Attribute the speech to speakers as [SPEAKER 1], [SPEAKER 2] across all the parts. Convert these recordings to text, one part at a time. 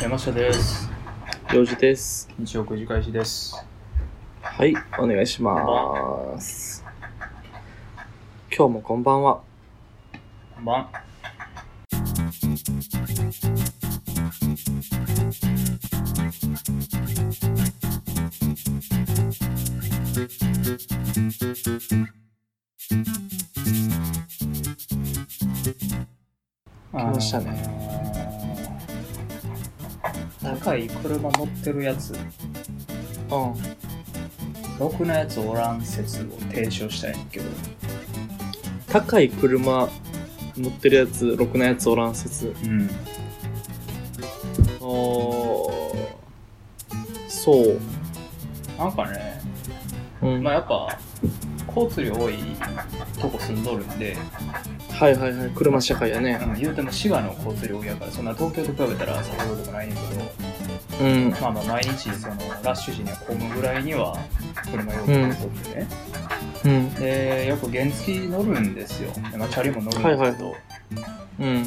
[SPEAKER 1] 山下です。
[SPEAKER 2] よじです。
[SPEAKER 3] 日曜くじ返しです。
[SPEAKER 2] はい、お願いします。今日もこんばんは。
[SPEAKER 1] こんばん。来
[SPEAKER 2] ましたね
[SPEAKER 1] 高い車乗ってるやつ、
[SPEAKER 2] うん。
[SPEAKER 1] ろくなやつおらん説を提唱したいんやけど、
[SPEAKER 2] 高い車乗ってるやつ、ろくなやつおらん説。
[SPEAKER 1] うん。
[SPEAKER 2] おそう。
[SPEAKER 1] なんかね、
[SPEAKER 2] うん
[SPEAKER 1] まあやっぱ、交通量多いとこ住んどるんで、
[SPEAKER 2] はいはいはい、車社会やね。
[SPEAKER 1] うん、言うても滋賀の交通量多いやから、そんな東京と比べたらさほどでもないんやけど、
[SPEAKER 2] うん。
[SPEAKER 1] まあまあ毎日そのラッシュ時には混むぐらいには車用意しておくね、
[SPEAKER 2] うん。
[SPEAKER 1] でよく原付乗るんですよ、でまあ、チャリも乗るんですけど、
[SPEAKER 2] うん。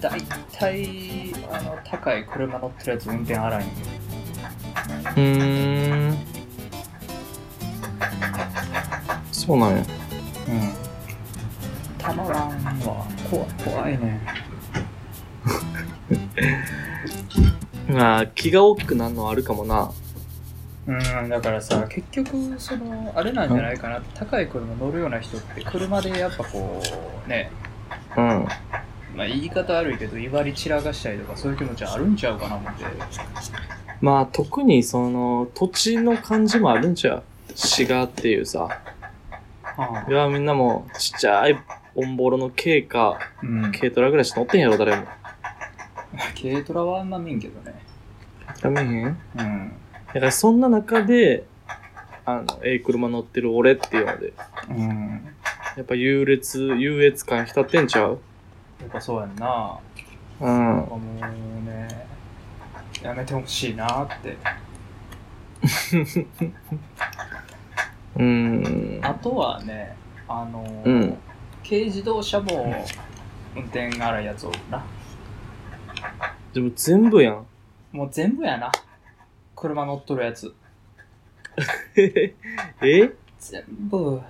[SPEAKER 1] 大体あの高い車乗ってるやつ運転荒いんよ
[SPEAKER 2] うーん。そうなん
[SPEAKER 1] うん
[SPEAKER 2] や。
[SPEAKER 1] たまらんわ怖い怖いね
[SPEAKER 2] まあ、気が大きくなるのはあるかもな。
[SPEAKER 1] うんだからさ結局そのあれなんじゃないかな高い車乗るような人って車でやっぱこうね
[SPEAKER 2] うん。
[SPEAKER 1] まあ言い方悪いけど威張り散らかしたりとかそういう気持ちあるんちゃうかな思って
[SPEAKER 2] まあ特にその土地の感じもあるんちゃう滋賀っていうさ。いやみんなもうちっちゃいオンボロの軽か
[SPEAKER 1] うん
[SPEAKER 2] 軽トラぐらいしか乗ってんやろ誰も。
[SPEAKER 1] 軽トラはあんま見んけどね。
[SPEAKER 2] ダメへん
[SPEAKER 1] うん。
[SPEAKER 2] だからそんな中で、あの、ええ車乗ってる俺っていうので、
[SPEAKER 1] うん。
[SPEAKER 2] やっぱ優劣、優越感浸ってんちゃう
[SPEAKER 1] やっぱそうやんな。
[SPEAKER 2] うん。
[SPEAKER 1] もうね、やめてほしいなって。
[SPEAKER 2] うん。
[SPEAKER 1] あとはね、あの、
[SPEAKER 2] うん。
[SPEAKER 1] 軽自動車も運転荒いやつおるな。
[SPEAKER 2] でも全部やん。
[SPEAKER 1] もう全部やな。車乗っとるやつ。
[SPEAKER 2] え
[SPEAKER 1] 全部、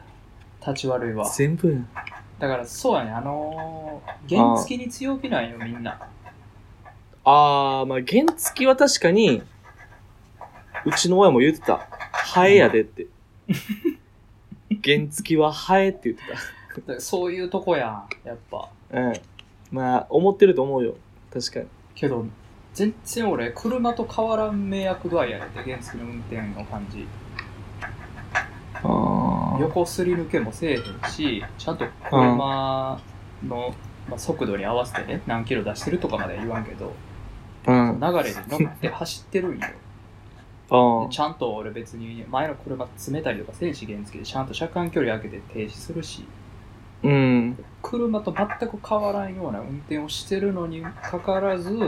[SPEAKER 1] 立ち悪いわ。
[SPEAKER 2] 全部やん。
[SPEAKER 1] だからそうやね、あのー、原付に強気なんよ、みんな。
[SPEAKER 2] あー、まあ原付は確かに、うちの親も言ってた。ハエやでって。原付はハエって言って
[SPEAKER 1] だからそういうとこやん、やっぱ。
[SPEAKER 2] た。うん。まあ、思ってると思うよ。確かに。
[SPEAKER 1] けど全然俺車と変わらん迷惑度合いやねて原付の運転の感じ
[SPEAKER 2] あー。
[SPEAKER 1] 横すり抜けもせえへんしちゃんと車の、まあ、速度に合わせてね何キロ出してるとかまでは言わんけど
[SPEAKER 2] うん。あ
[SPEAKER 1] 流れに乗って走ってるんよで
[SPEAKER 2] ー
[SPEAKER 1] ちゃんと俺別に前の車詰めたりとかせんし原付でちゃんと車間距離空けて停止するし
[SPEAKER 2] うん。
[SPEAKER 1] 車と全く変わらんような運転をしてるのにかかわらず、うん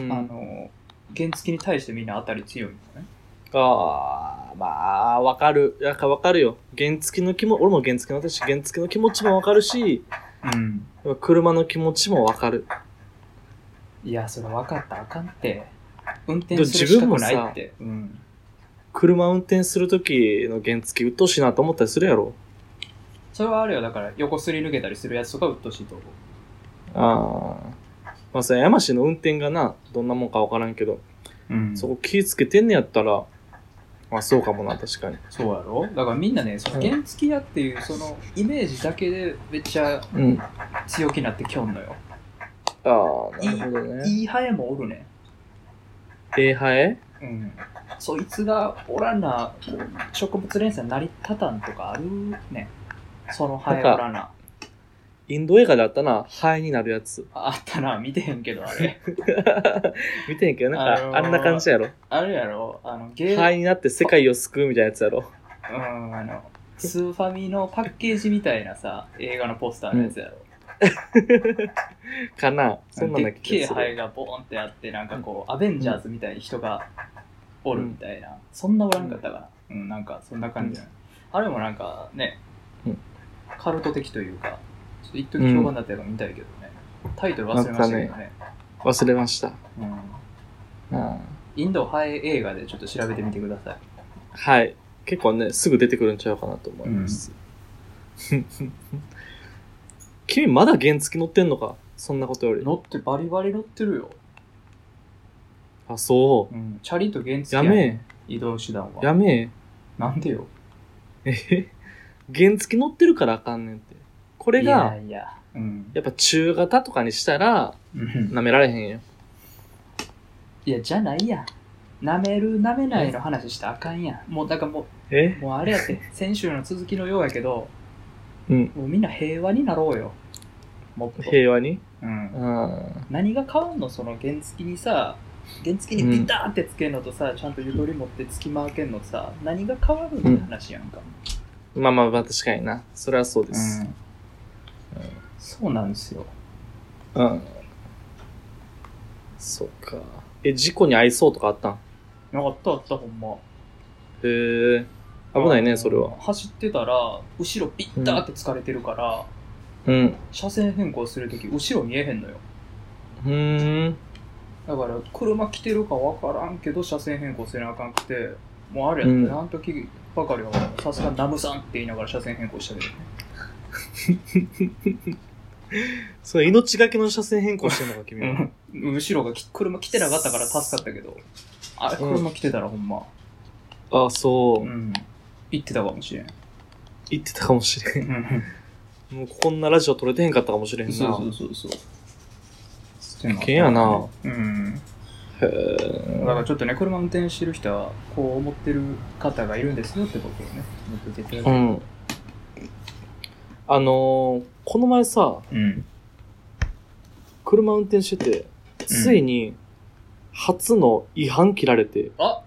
[SPEAKER 2] うん。
[SPEAKER 1] あの原付に対してみんな当たり強いんだね
[SPEAKER 2] あー、まあ、わかる。なんかわかるよ。原付の気も、俺も原付の私、原付の気持ちもわかるし、
[SPEAKER 1] うん
[SPEAKER 2] 車の気持ちもわかる。
[SPEAKER 1] いや、それ分かった、あかんって。運転する資格ないって。うん。
[SPEAKER 2] 車運転するときの原付、鬱陶しいなと思ったりするやろ。
[SPEAKER 1] それはあるよ、だから、横すり抜けたりするやつとか、うっとうしいと思う。
[SPEAKER 2] ああ。まあさ、山氏の運転がな、どんなもんかわからんけど、
[SPEAKER 1] うん
[SPEAKER 2] そ
[SPEAKER 1] そ
[SPEAKER 2] こ気ぃつけてんねやったら、まあそうかもな、確かに。
[SPEAKER 1] そうやろだからみんなね、その原付屋っていう、そのイメージだけでめっちゃ
[SPEAKER 2] うん。あ
[SPEAKER 1] 強気になってきょんのよ。
[SPEAKER 2] あー、なるほどね。
[SPEAKER 1] いいハエもおるね。
[SPEAKER 2] ええはえ
[SPEAKER 1] うん。そいつがおらな、こう植物連鎖成り立たんとかあるね。そのハエおらな。
[SPEAKER 2] インド映画であったな、ハエになるやつ。
[SPEAKER 1] ああったな、見てへんけど、あ れ。
[SPEAKER 2] 見てんけど、なんか、
[SPEAKER 1] あのー
[SPEAKER 2] あんな感じやろ。
[SPEAKER 1] あれやろあの、ゲー
[SPEAKER 2] ハエになって世界を救うみたいなやつやろ。
[SPEAKER 1] うん、あの、スーファミのパッケージみたいなさ、映画のポスターのやつやろ。
[SPEAKER 2] かな。そんなん
[SPEAKER 1] で
[SPEAKER 2] だ
[SPEAKER 1] っけえ
[SPEAKER 2] け
[SPEAKER 1] ハエ
[SPEAKER 2] ど。
[SPEAKER 1] がボーンってあって、なんかこう、アベンジャーズみたいに人がおるみたいな。そんなおらんかったから。うん、なんかそんな感じやな、あれもなんかね、
[SPEAKER 2] うん
[SPEAKER 1] カルト的というか、ちょっと一時評判だったやつ見たいけどね。タイトル忘れましたけどね。
[SPEAKER 2] 忘れました。
[SPEAKER 1] うんインドハエ映画でちょっと調べてみてください。
[SPEAKER 2] はい。結構ね、すぐ出てくるんちゃうかなと思います。 君まだ原付乗ってんのかそんなことより。
[SPEAKER 1] 乗って、バリバリ乗ってるよ。
[SPEAKER 2] あ、そう。
[SPEAKER 1] うん、チャリと原付
[SPEAKER 2] や
[SPEAKER 1] ね
[SPEAKER 2] め
[SPEAKER 1] 移動手段
[SPEAKER 2] え、や
[SPEAKER 1] は。
[SPEAKER 2] め
[SPEAKER 1] なんでよ。
[SPEAKER 2] え。えへ原付乗ってるからあかんねんって。これ
[SPEAKER 1] いや
[SPEAKER 2] が、
[SPEAKER 1] いや。うん。
[SPEAKER 2] やっぱ中型とかにしたら、
[SPEAKER 1] うん
[SPEAKER 2] 舐められへんよ。
[SPEAKER 1] いや、じゃないやん。舐める、舐めないの話したらあかんやん。もう、だからも
[SPEAKER 2] え
[SPEAKER 1] う、もうあれやって、 先週の続きのようやけど、
[SPEAKER 2] うん。
[SPEAKER 1] もうみんな平和になろうよ。もっと。
[SPEAKER 2] 平和に
[SPEAKER 1] うん
[SPEAKER 2] う。ん。
[SPEAKER 1] 何が変わんのその原付にさ原付にビターってつけるのとさ、ちゃんとゆとり持って隙間開けるのとさ何が変わるのって話やんか、
[SPEAKER 2] まあまあまあ、確かにな。それはそうです。
[SPEAKER 1] そうなんですよ
[SPEAKER 2] うん。そっか。え、事故に遭いそうとかあったん
[SPEAKER 1] なかったあったほんま
[SPEAKER 2] へえ。危ない
[SPEAKER 1] あ
[SPEAKER 2] ね、
[SPEAKER 1] の
[SPEAKER 2] それは。
[SPEAKER 1] 走ってたら後ろビターって疲れてるから、
[SPEAKER 2] うん。
[SPEAKER 1] 車線変更するとき後ろ見えへんのよ
[SPEAKER 2] うーん。
[SPEAKER 1] だから車来てるかわからんけど車線変更せなあかんくてもうあれやっ
[SPEAKER 2] うん
[SPEAKER 1] てあの時ばかりはさすがナムさんって言いながら車線変更したけどね
[SPEAKER 2] それ命がけの車線変更してんのか、君は。
[SPEAKER 1] うん後ろがき車来てなかったから助かったけどあれ
[SPEAKER 2] うん
[SPEAKER 1] 車来てたらほんま、
[SPEAKER 2] あ、そうう。
[SPEAKER 1] ん、行ってたかもしれん
[SPEAKER 2] 言ってたかもしれん。
[SPEAKER 1] そ
[SPEAKER 2] もうこんなラジオ撮れてへんかったかもしれん
[SPEAKER 1] う
[SPEAKER 2] な。
[SPEAKER 1] そうそうそう
[SPEAKER 2] 危険やな。
[SPEAKER 1] うん、
[SPEAKER 2] へえ。
[SPEAKER 1] だからちょっとね車運転してる人はこう思ってる方がいるんですよってことをねもっと出て
[SPEAKER 2] う。
[SPEAKER 1] うん
[SPEAKER 2] あのー、この前さ、
[SPEAKER 1] ん
[SPEAKER 2] 車運転してて、ついに、初の違反切られて、
[SPEAKER 1] あ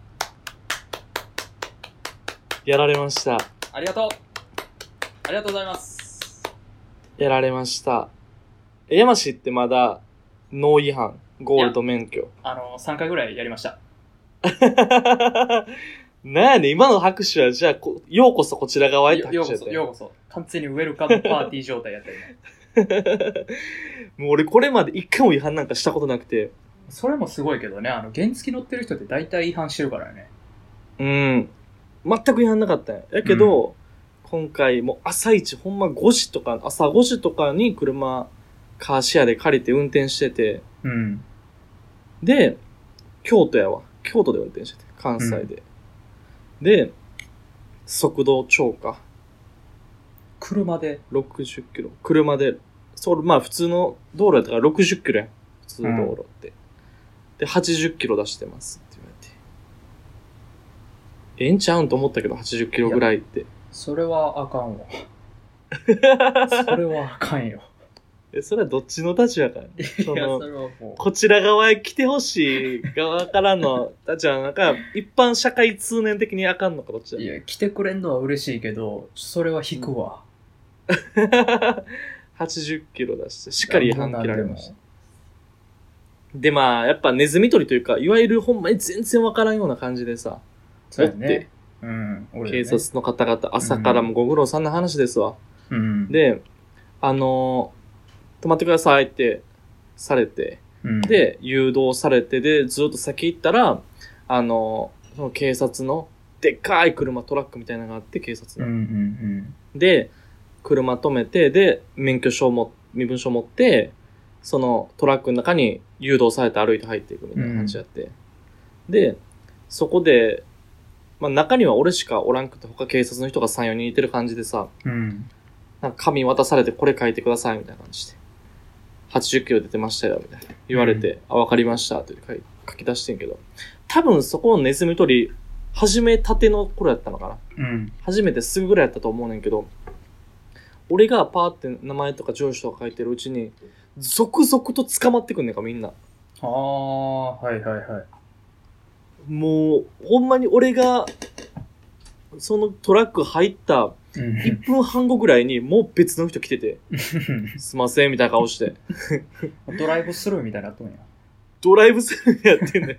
[SPEAKER 2] やられました。
[SPEAKER 1] ありがとうありがとうございます
[SPEAKER 2] やられました。え山市ってまだ、ノー違反、ゴールド免許。
[SPEAKER 1] あの3回ぐらいやりました
[SPEAKER 2] なんやねん今の拍手は、じゃあこ、ようこそこちら側へって
[SPEAKER 1] よよう
[SPEAKER 2] 拍手
[SPEAKER 1] こそ
[SPEAKER 2] やった
[SPEAKER 1] よう
[SPEAKER 2] よ。
[SPEAKER 1] こそ完全にウェルカムパーティー状態やったよ
[SPEAKER 2] もう俺これまで一回も違反なんかしたことなくて。
[SPEAKER 1] それもすごいけどねあの原付乗ってる人って大体違反してるからね
[SPEAKER 2] うん。全く違反なかったんや。やけど、今回もう朝一、ほんま5時とか、朝5時とかに車、カーシェアで借りて運転してて、
[SPEAKER 1] うん
[SPEAKER 2] で、京都やわ。京都で運転してて、関西で。で、速度超過。
[SPEAKER 1] 車で
[SPEAKER 2] 60キロ。車で、そう、まあ普通の道路やったから60キロやん。普通の道路って。で、80キロ出してますって言われて。ええんちゃうんと思ったけど、80キロぐらいって。
[SPEAKER 1] それはあかんわそれはあかん よ
[SPEAKER 2] え、それはどっちの立場かその、
[SPEAKER 1] れはも
[SPEAKER 2] こちら側へ来てほしい側か らの立場なんか、一般社会通念的にあかんのか、どっちだ
[SPEAKER 1] いや来てくれんのは嬉しいけどそれは引くわ、
[SPEAKER 2] 80キロ出して、しっかり違反切られました
[SPEAKER 1] なん。
[SPEAKER 2] で、まあ、やっぱネズミ捕りというか、いわゆるほんまに全然わからんような感じでさ、
[SPEAKER 1] そうや
[SPEAKER 2] 追って
[SPEAKER 1] ねうん俺、ね、
[SPEAKER 2] 警察の方々、朝からもご苦労さんな話ですわ。
[SPEAKER 1] うん
[SPEAKER 2] で、あのー止まってくださいってされて、
[SPEAKER 1] うん
[SPEAKER 2] で、誘導されて、で、ずっと先行ったら、あのーその警察の、でっかい車、トラックみたいなのがあって、警察
[SPEAKER 1] うんう
[SPEAKER 2] の。
[SPEAKER 1] ん
[SPEAKER 2] で、車止めて、で、免許証も、身分証持って、そのトラックの中に誘導されて歩いて入っていくみたいな感じやって。で、そこで、まあ中には俺しかおらんくて、他警察の人が3、4人いてる感じでさ、
[SPEAKER 1] うんうん
[SPEAKER 2] なんか紙渡されてこれ書いてくださいみたいな感じで。80キロ出てましたよ、みたいな。言われて、あ、わかりました、という書い書き出してんけど。多分そこのネズミ捕り、始めたての頃やったのかな。
[SPEAKER 1] うん
[SPEAKER 2] 初めてすぐぐらいやったと思うねんけど、俺がパーって名前とか上司とか書いてるうちに、続々と捕まってくんねんか、みんな。
[SPEAKER 1] ああはいはいはい
[SPEAKER 2] もう、ほんまに俺が、そのトラック入った
[SPEAKER 1] うん
[SPEAKER 2] 1分半後ぐらいに、もう別の人来てて、すいません、みたいな顔して。
[SPEAKER 1] ドライブスルーみたいになっとんや
[SPEAKER 2] ドライブスルーやってんだよ。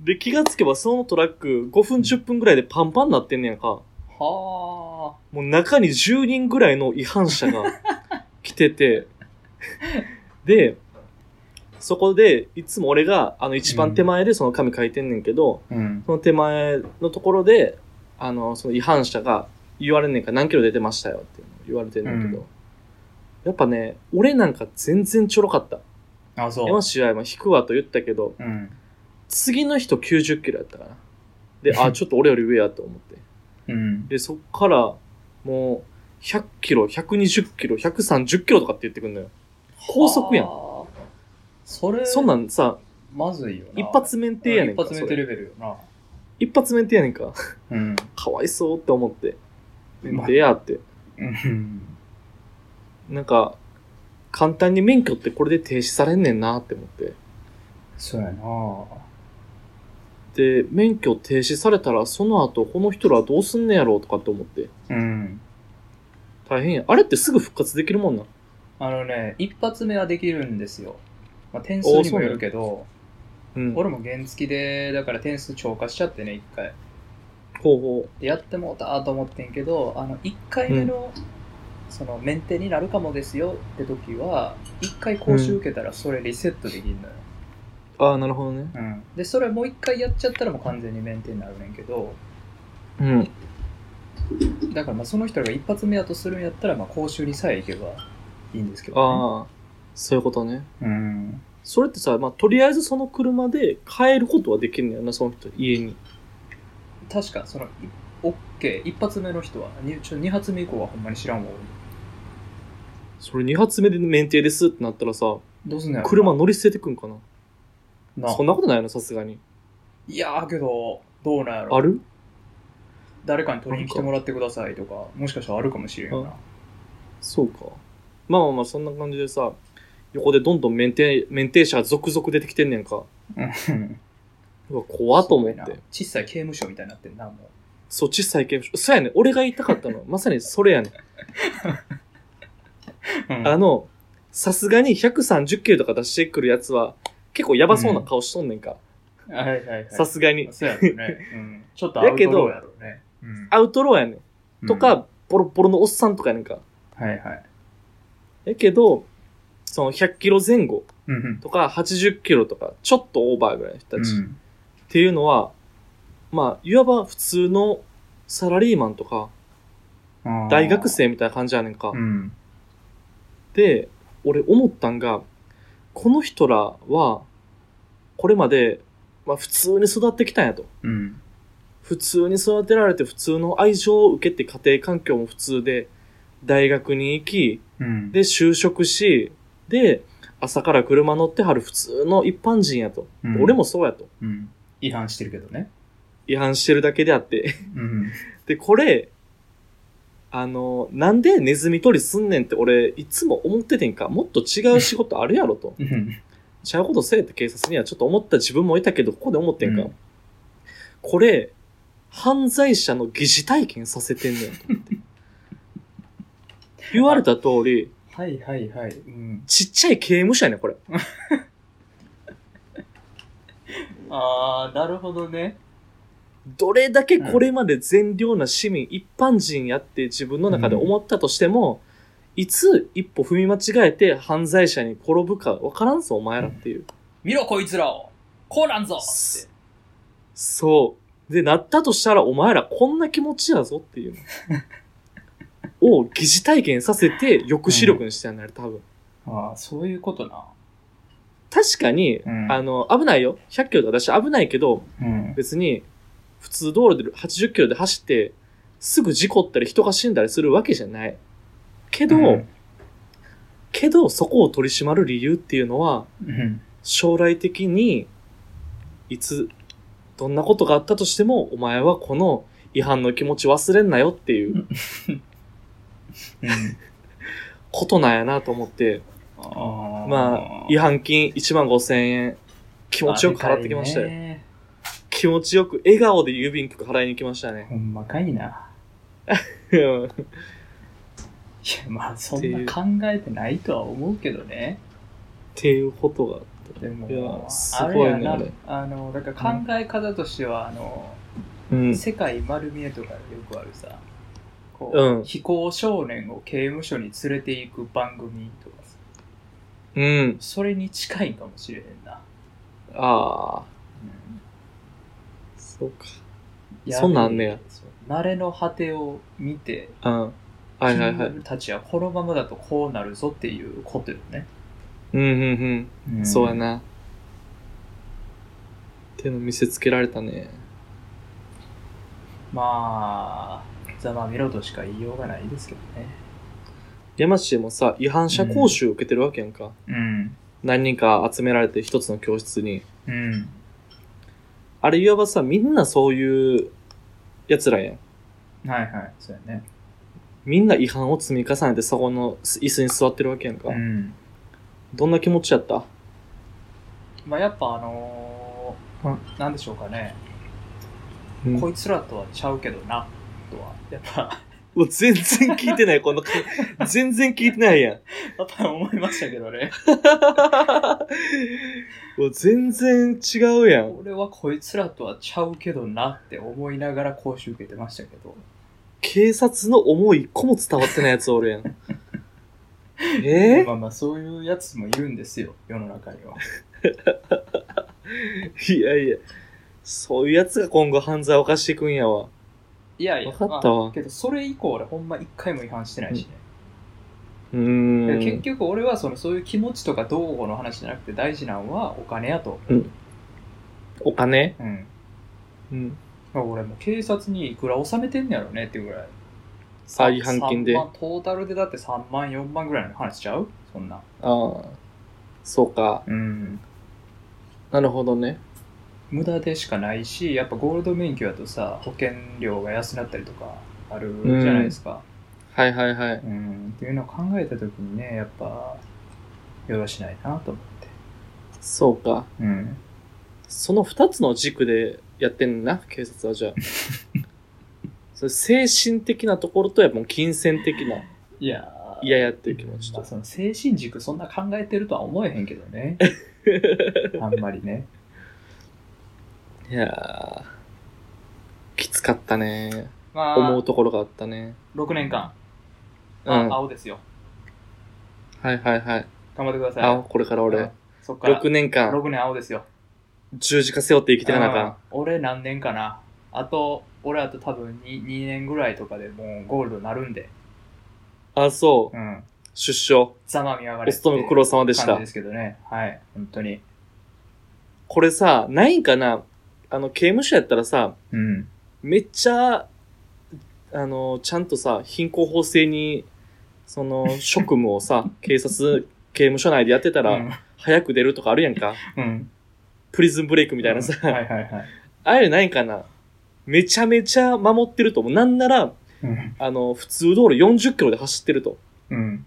[SPEAKER 2] で、気がつけばそのトラック5分10分ぐらいでパンパンになってんねやんか。
[SPEAKER 1] は
[SPEAKER 2] もう中に10人ぐら いの違反者が来てて、で、そこで、いつも俺が、あの、一番手前でその紙書いてんねんけど、
[SPEAKER 1] うん。
[SPEAKER 2] その手前のところで、あの、その違反者が言われんねんから何キロ出てましたよっていうの言われてんねんけど、
[SPEAKER 1] うん
[SPEAKER 2] やっぱね、俺なんか全然ちょろかった。
[SPEAKER 1] あ、そ
[SPEAKER 2] 山
[SPEAKER 1] う。
[SPEAKER 2] 試合も引くわと言ったけど、
[SPEAKER 1] うん。
[SPEAKER 2] 次の人90キロやったかな。で、 あ、ちょっと俺より上やと思って。
[SPEAKER 1] うん。
[SPEAKER 2] で、そっから、もう、100キロ、120キロ、130キロとかって言ってくんのよ。高速や
[SPEAKER 1] あ
[SPEAKER 2] ん。
[SPEAKER 1] ー。それ、
[SPEAKER 2] そんなんさ、
[SPEAKER 1] まずいよな。
[SPEAKER 2] 一発免停やねんか。
[SPEAKER 1] 一発目
[SPEAKER 2] そ
[SPEAKER 1] て
[SPEAKER 2] れ
[SPEAKER 1] レベルよ
[SPEAKER 2] 一発免停やねんか。
[SPEAKER 1] な。うん。
[SPEAKER 2] かわいそうって思って。
[SPEAKER 1] ま
[SPEAKER 2] でやって。
[SPEAKER 1] うん。
[SPEAKER 2] なんか、簡単に免許ってこれで停止されんねんなって思って。
[SPEAKER 1] そうやな
[SPEAKER 2] で、免許停止されたら、その後、この人らはどうすんねやろうとかって思って。
[SPEAKER 1] うん。
[SPEAKER 2] 大変や。あれってすぐ復活できるもんな。
[SPEAKER 1] あのね、一発目はできるんですよ。まあ、点数にもよるけど、
[SPEAKER 2] うん。
[SPEAKER 1] 俺も原付で、だから点数超過しちゃってね、一回。
[SPEAKER 2] ほうほ
[SPEAKER 1] でやってもうたと思ってんけど、あの、一回目の、その、メンテになるかもですよって時は、一回講習受けたらそれリセットできるのよ。
[SPEAKER 2] う。ああ、なるほどね。
[SPEAKER 1] うん。で、それもう一回やっちゃったらもう完全にメンテになるねんけど、
[SPEAKER 2] うん。
[SPEAKER 1] だからまあその人らが一発目やとするんやったら、まあ講習にさえ行けばいいんですけど、ね。
[SPEAKER 2] ああ、そういうことね。
[SPEAKER 1] うん。
[SPEAKER 2] それってさ、まあ、とりあえずその車で帰ることはできんのよな、その人、家に。
[SPEAKER 1] 確かそのい OK 一発目の人はにちょ二発目以降はほんまに知らんわ俺
[SPEAKER 2] それ2発目で免停ですってなったらさ、
[SPEAKER 1] どうすんのやろ
[SPEAKER 2] 車乗り捨ててくんかな。
[SPEAKER 1] な
[SPEAKER 2] そんなことないの、さすがに。
[SPEAKER 1] いやーけどどうなんやろ
[SPEAKER 2] ある
[SPEAKER 1] 誰かに取りに来てもらってくださいとかもしかしたらあるかもしれんよな
[SPEAKER 2] そうか。まあまあまあ、そんな感じでさ、横でどんどん免停、免停者が続々出てきてんねんか。
[SPEAKER 1] うん
[SPEAKER 2] うわ、怖っと思っ
[SPEAKER 1] すごい
[SPEAKER 2] て
[SPEAKER 1] な。小さい刑務所みたいになってんなも
[SPEAKER 2] そう、小さい刑務所。そうやねん。俺が言いたかっ たのは。まさにそれやねん。
[SPEAKER 1] う、
[SPEAKER 2] あの、さすがに130キロとか出してくるやつは、結構やばそうな顔しとんねんか。
[SPEAKER 1] はいはいはい
[SPEAKER 2] さすがに。
[SPEAKER 1] そうやろね、 うん、ちょっとアウトローやろねうん
[SPEAKER 2] アウトローやねん。と
[SPEAKER 1] うん
[SPEAKER 2] か、ボロボロのおっさんとかやねんか。
[SPEAKER 1] はいはい
[SPEAKER 2] やけど、その100キロ前後
[SPEAKER 1] うんうん
[SPEAKER 2] とか80キロとか、ちょっとオーバーぐらいの人たち。
[SPEAKER 1] うん
[SPEAKER 2] っていうのは、まあ、いわば普通のサラリーマンとか、
[SPEAKER 1] あー
[SPEAKER 2] 大学生みたいな感じやねんか。
[SPEAKER 1] うん
[SPEAKER 2] で、俺思ったんが、この人らは、これまで、まあ普通に育ってきたんやと。
[SPEAKER 1] うん
[SPEAKER 2] 普通に育てられて普通の愛情を受けて家庭環境も普通で、大学に行き、
[SPEAKER 1] うん
[SPEAKER 2] で就職し、で、朝から車乗ってはる普通の一般人やと。
[SPEAKER 1] うん
[SPEAKER 2] 俺もそうやと。
[SPEAKER 1] うん違反してるけどね
[SPEAKER 2] 違反してるだけであって。
[SPEAKER 1] うん
[SPEAKER 2] で、これ、あの、なんでネズミ捕りすんねんって俺、いつも思っててんか、もっと違う仕事あるやろと。
[SPEAKER 1] うん
[SPEAKER 2] ちゃうことせえって警察にはちょっと思った自分もいたけど、ここで思ってんか。
[SPEAKER 1] うん
[SPEAKER 2] これ、犯罪者の疑似体験させてんねんと思 って。言われた通り、
[SPEAKER 1] はいはいはいうん
[SPEAKER 2] ちっちゃい刑務所やねん、これ。
[SPEAKER 1] ああなるほどね
[SPEAKER 2] どれだけこれまで善良な市民、一般人やって自分の中で思ったとしても、いつ一歩踏み間違えて犯罪者に転ぶかわからんぞ、お前らっていう。
[SPEAKER 1] 見ろこいつらをこうなんぞ
[SPEAKER 2] すそう。で、なったとしたら、お前らこんな気持ちやぞっていう のを疑似体験させて抑止力にしてやんなる、多分。
[SPEAKER 1] ああそういうことな
[SPEAKER 2] 確かに、
[SPEAKER 1] うん
[SPEAKER 2] あの、危ないよ。100キロとか出して危ないけど、
[SPEAKER 1] うん
[SPEAKER 2] 別に、普通道路で80キロで走って、すぐ事故ったり人が死んだりするわけじゃない。けど、
[SPEAKER 1] うん
[SPEAKER 2] けど、そこを取り締まる理由っていうのは、
[SPEAKER 1] うん
[SPEAKER 2] 将来的に、いつ、どんなことがあったとしても、お前はこの違反の気持ち忘れんなよっていう
[SPEAKER 1] う
[SPEAKER 2] うん
[SPEAKER 1] ん
[SPEAKER 2] ことなんやなと思って、
[SPEAKER 1] あ
[SPEAKER 2] まあ、違反金1万5千円、気持ちよく払ってきましたよ。
[SPEAKER 1] よ
[SPEAKER 2] 気持ちよく笑顔で郵便局払いに来ましたね。
[SPEAKER 1] ほんまかいな
[SPEAKER 2] うん
[SPEAKER 1] いやまあそんな考えてないとは思うけどね
[SPEAKER 2] っていうことがあった。
[SPEAKER 1] でも
[SPEAKER 2] いやす
[SPEAKER 1] あれ
[SPEAKER 2] ごい
[SPEAKER 1] や
[SPEAKER 2] ね
[SPEAKER 1] な
[SPEAKER 2] あれ
[SPEAKER 1] あのだから考え方としては、あの
[SPEAKER 2] うん。
[SPEAKER 1] 世界丸見えとかよくあるさこう、
[SPEAKER 2] うん
[SPEAKER 1] 非行少年を刑務所に連れて行く番組とかさ
[SPEAKER 2] うん。
[SPEAKER 1] それに近いかもしれへんな。
[SPEAKER 2] ああ、
[SPEAKER 1] うん
[SPEAKER 2] そうか。
[SPEAKER 1] やべえ
[SPEAKER 2] そんなんあんねや
[SPEAKER 1] そう慣れの果てを見て、
[SPEAKER 2] うん。はいはいはい。
[SPEAKER 1] 自分たちはこのままだとこうなるぞっていうことよね。
[SPEAKER 2] うんうんうん。そうや。な。っていうの見せつけられたね。
[SPEAKER 1] まあ、ざまあ見ろとしか言いようがないですけどね。
[SPEAKER 2] 山氏もさ、違反者講習受けてるわけやんか。
[SPEAKER 1] うん。
[SPEAKER 2] 何人か集められて一つの教室に。
[SPEAKER 1] うん。
[SPEAKER 2] あれいわばさ、みんなそういう奴らやん。
[SPEAKER 1] はいはい、そうやね。
[SPEAKER 2] みんな違反を積み重ねてそこの椅子に座ってるわけやんか。
[SPEAKER 1] うん。
[SPEAKER 2] どんな気持ちやった
[SPEAKER 1] まあやっぱあのー、なんでしょうかね、
[SPEAKER 2] うん
[SPEAKER 1] こいつらとはちゃうけどな、とは。やっぱ、
[SPEAKER 2] うわ全然聞いてない、この、全然聞いてないやん。
[SPEAKER 1] やっぱり思いましたけどね。
[SPEAKER 2] うわ全然違うやん。
[SPEAKER 1] 俺はこいつらとはちゃうけどなって思いながら講習受けてましたけど。
[SPEAKER 2] 警察の思い一個も伝わってないやつおるやん。え
[SPEAKER 1] まあまあそういうやつもいるんですよ、世の中には。
[SPEAKER 2] ー、いやいや、そういうやつが今後犯罪を犯していくんやわ。
[SPEAKER 1] いやいや、
[SPEAKER 2] わかったわ
[SPEAKER 1] まあけどそれ以降俺ほんま一回も違反してないしね。
[SPEAKER 2] う
[SPEAKER 1] で
[SPEAKER 2] ー
[SPEAKER 1] 結
[SPEAKER 2] ん。
[SPEAKER 1] 局俺はそのそういう気持ちとかどうこうの話じゃなくて大事なのはお金やと。
[SPEAKER 2] お金
[SPEAKER 1] うん。
[SPEAKER 2] うん。
[SPEAKER 1] まあ俺も警察にいくら納めてんのやろねっていうぐらい。
[SPEAKER 2] 詐欺犯金で。
[SPEAKER 1] 3
[SPEAKER 2] あ
[SPEAKER 1] 万トータルでだって3万、4万ぐらいの話しちゃうそんな。
[SPEAKER 2] あー。そうか。
[SPEAKER 1] うん。
[SPEAKER 2] なるほどね。
[SPEAKER 1] 無駄でしかないし、やっぱゴールド免許だとさ、保険料が安くなったりとかあるじゃないですか。
[SPEAKER 2] はいはいはい。
[SPEAKER 1] うん、っていうのを考えたときにね、やっぱ、よろしないなと思って。
[SPEAKER 2] そうか。
[SPEAKER 1] うん。
[SPEAKER 2] その二つの軸でやってんな、警察はじゃあ。それ精神的なところと、やっぱもう金銭的な、
[SPEAKER 1] いやー
[SPEAKER 2] 嫌やっていう気持ち
[SPEAKER 1] ま
[SPEAKER 2] と
[SPEAKER 1] あ、。その精神軸そんな考えてるとは思えへんけど ね。あんまりね。
[SPEAKER 2] いやー、きつかったね。
[SPEAKER 1] ま
[SPEAKER 2] 思
[SPEAKER 1] あ
[SPEAKER 2] う、ところがあったね。
[SPEAKER 1] 6年間、
[SPEAKER 2] うん。
[SPEAKER 1] あ
[SPEAKER 2] は
[SPEAKER 1] 青ですよ。
[SPEAKER 2] いはいは
[SPEAKER 1] 頑
[SPEAKER 2] い。
[SPEAKER 1] 張ってください。
[SPEAKER 2] あ、これから
[SPEAKER 1] う
[SPEAKER 2] 俺
[SPEAKER 1] ん、そっから
[SPEAKER 2] 6
[SPEAKER 1] 6年
[SPEAKER 2] 年間、
[SPEAKER 1] 青ですよ。
[SPEAKER 2] 十字架背負って生きていかなあか
[SPEAKER 1] うん俺何年かな。あと、俺あと多分 2, 2年ぐらいとかでもうゴールドなるんで。
[SPEAKER 2] ん。あ、そう
[SPEAKER 1] う。ん。
[SPEAKER 2] 出所。
[SPEAKER 1] ざまみやが
[SPEAKER 2] お
[SPEAKER 1] れ。
[SPEAKER 2] 勤めご苦労様でし
[SPEAKER 1] 感
[SPEAKER 2] た
[SPEAKER 1] じで。すけどね。はい。本当に。
[SPEAKER 2] これさ、ないんかなあの、刑務所やったらさ、
[SPEAKER 1] うん。
[SPEAKER 2] めっちゃ、あの、ちゃんとさ、貧困法制に、その、職務 をさ、警察、刑務所内でやってたら、早く出るとかあるやん か。
[SPEAKER 1] うん。うん。
[SPEAKER 2] プリズンブレイクみ
[SPEAKER 1] み
[SPEAKER 2] たいなさ、
[SPEAKER 1] はいはいはい。
[SPEAKER 2] あれないかなめちゃめちゃ守ってると思う。なんなら、
[SPEAKER 1] うん。
[SPEAKER 2] あの、普通道路40キロで走ってると。っ
[SPEAKER 1] うん。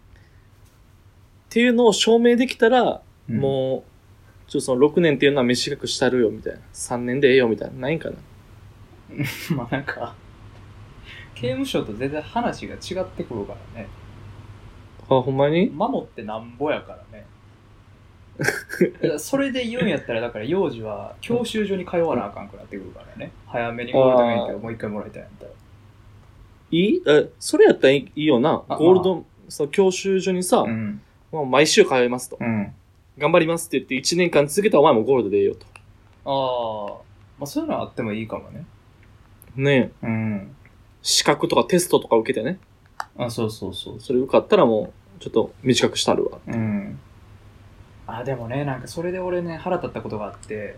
[SPEAKER 2] ていうのを証明できたら、
[SPEAKER 1] うん
[SPEAKER 2] もう、ちょっとその6年っていうのは短くしたるよ、みたいな。3年でええよ、みたいな。ないんかな
[SPEAKER 1] まあなんか、刑務所と全然話が違ってくるからね。
[SPEAKER 2] あ、ほんまに
[SPEAKER 1] 守ってなんぼやから ね。いやそれで言うんやったら、だから幼児は教習所に通わなあかんくなってくるからね。早めにゴールド免許をもう一回もらいたいんやったら。いい
[SPEAKER 2] え、それやったらいいよな。
[SPEAKER 1] あ
[SPEAKER 2] ゴールド、その教習所にさ、
[SPEAKER 1] うん。
[SPEAKER 2] もう毎週通いますと。
[SPEAKER 1] うん。
[SPEAKER 2] 頑張りますって言って1年間続けたらお前もゴールドでええよと。
[SPEAKER 1] ああ、まあそういうのはあってもいいかもね。
[SPEAKER 2] ねえ
[SPEAKER 1] うん。
[SPEAKER 2] 資格とかテストとか受けてね。
[SPEAKER 1] あ、そうそうそう
[SPEAKER 2] それ受かったらもう、ちょっと短くしたるわ。
[SPEAKER 1] うん。あ、でもね、なんかそれで俺ね、腹立ったことがあって、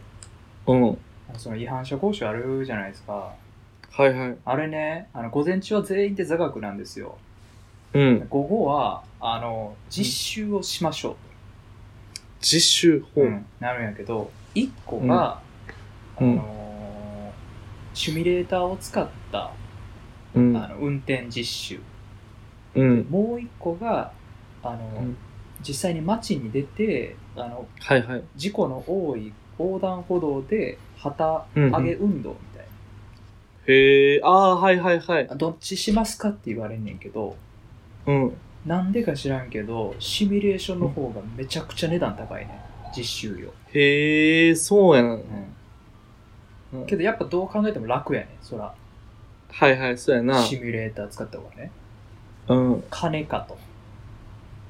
[SPEAKER 2] う
[SPEAKER 1] あ
[SPEAKER 2] ん。
[SPEAKER 1] のその違反者講習あるじゃないですか。
[SPEAKER 2] はいはい。
[SPEAKER 1] あれね、あの午前中は全員で座学なんですよ。
[SPEAKER 2] うん。
[SPEAKER 1] 午後は、あの、実習をしましょ
[SPEAKER 2] 実習
[SPEAKER 1] う。
[SPEAKER 2] 法。
[SPEAKER 1] うんなるんやけど、1個が、
[SPEAKER 2] うん
[SPEAKER 1] あのーシミュレーターを使った、あ
[SPEAKER 2] うん。
[SPEAKER 1] の運転実習。
[SPEAKER 2] うん。
[SPEAKER 1] もう1個が、あのー
[SPEAKER 2] うん
[SPEAKER 1] 実際に街に出て、あの、
[SPEAKER 2] はいはい。
[SPEAKER 1] 事故の多い横断歩道で旗
[SPEAKER 2] うん
[SPEAKER 1] 揚げ運動みたいな、
[SPEAKER 2] へえ、ああー、はいはいはい。
[SPEAKER 1] どっちしますかって言われんねんけど
[SPEAKER 2] うん。
[SPEAKER 1] なんでか知らんけどシミュレーションの方がめちゃくちゃ値段高いね実習よ、
[SPEAKER 2] へえ、そうやな。うん
[SPEAKER 1] けどやっぱどう考えても楽やねんそら
[SPEAKER 2] はいはい、そうやな。
[SPEAKER 1] シミュレーター使った方がね
[SPEAKER 2] うん。
[SPEAKER 1] 金かと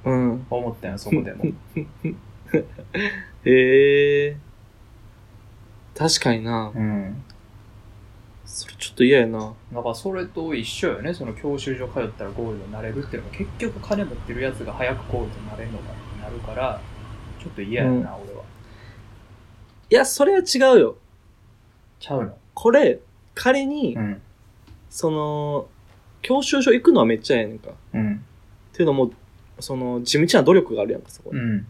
[SPEAKER 2] うん。
[SPEAKER 1] 思ったよ、そこでも。
[SPEAKER 2] へえ。確かにな。
[SPEAKER 1] うん。
[SPEAKER 2] それちょっと嫌やな。
[SPEAKER 1] だからそれと一緒よね、その教習所通ったらゴールドになれるっていうのは、結局金持ってるやつが早くゴールドになれるのかになるから、ちょっと嫌やな、俺は。
[SPEAKER 2] いや、それは違うよ。
[SPEAKER 1] ちゃうの。
[SPEAKER 2] これ、仮に、
[SPEAKER 1] ん。
[SPEAKER 2] その、教習所行くのはめっちゃええねんか。っ
[SPEAKER 1] うん。
[SPEAKER 2] ていうのも、その、地道な努力があるやんか、そこに。
[SPEAKER 1] うん。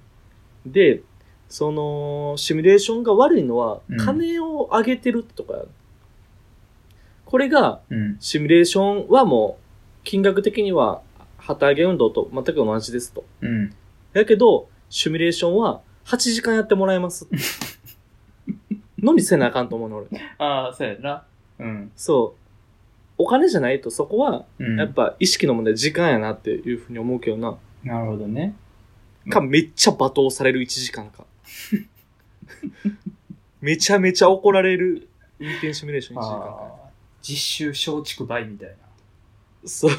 [SPEAKER 2] で、その、シミュレーションが悪いのは
[SPEAKER 1] うん、
[SPEAKER 2] 金を上げてるとかや、これが、
[SPEAKER 1] うん。
[SPEAKER 2] シミュレーションはもう、金額的には、旗揚げ運動と全く同じですと。
[SPEAKER 1] うん。
[SPEAKER 2] やけど、シミュレーションは、8時間やってもら えます。のにせなあかんと思うの、俺。
[SPEAKER 1] ああ、そうやな。うん。
[SPEAKER 2] そう。お金じゃないと、そこは、
[SPEAKER 1] うん
[SPEAKER 2] やっぱ意識の問題時間やなっていうふうに思うけどな。
[SPEAKER 1] なるほどね。
[SPEAKER 2] か、めっちゃ罵倒される1時間 か。めちゃめちゃ怒られる運転シミュレーション1時間
[SPEAKER 1] あ
[SPEAKER 2] か。
[SPEAKER 1] あ。実習松竹梅みたいな。
[SPEAKER 2] そう。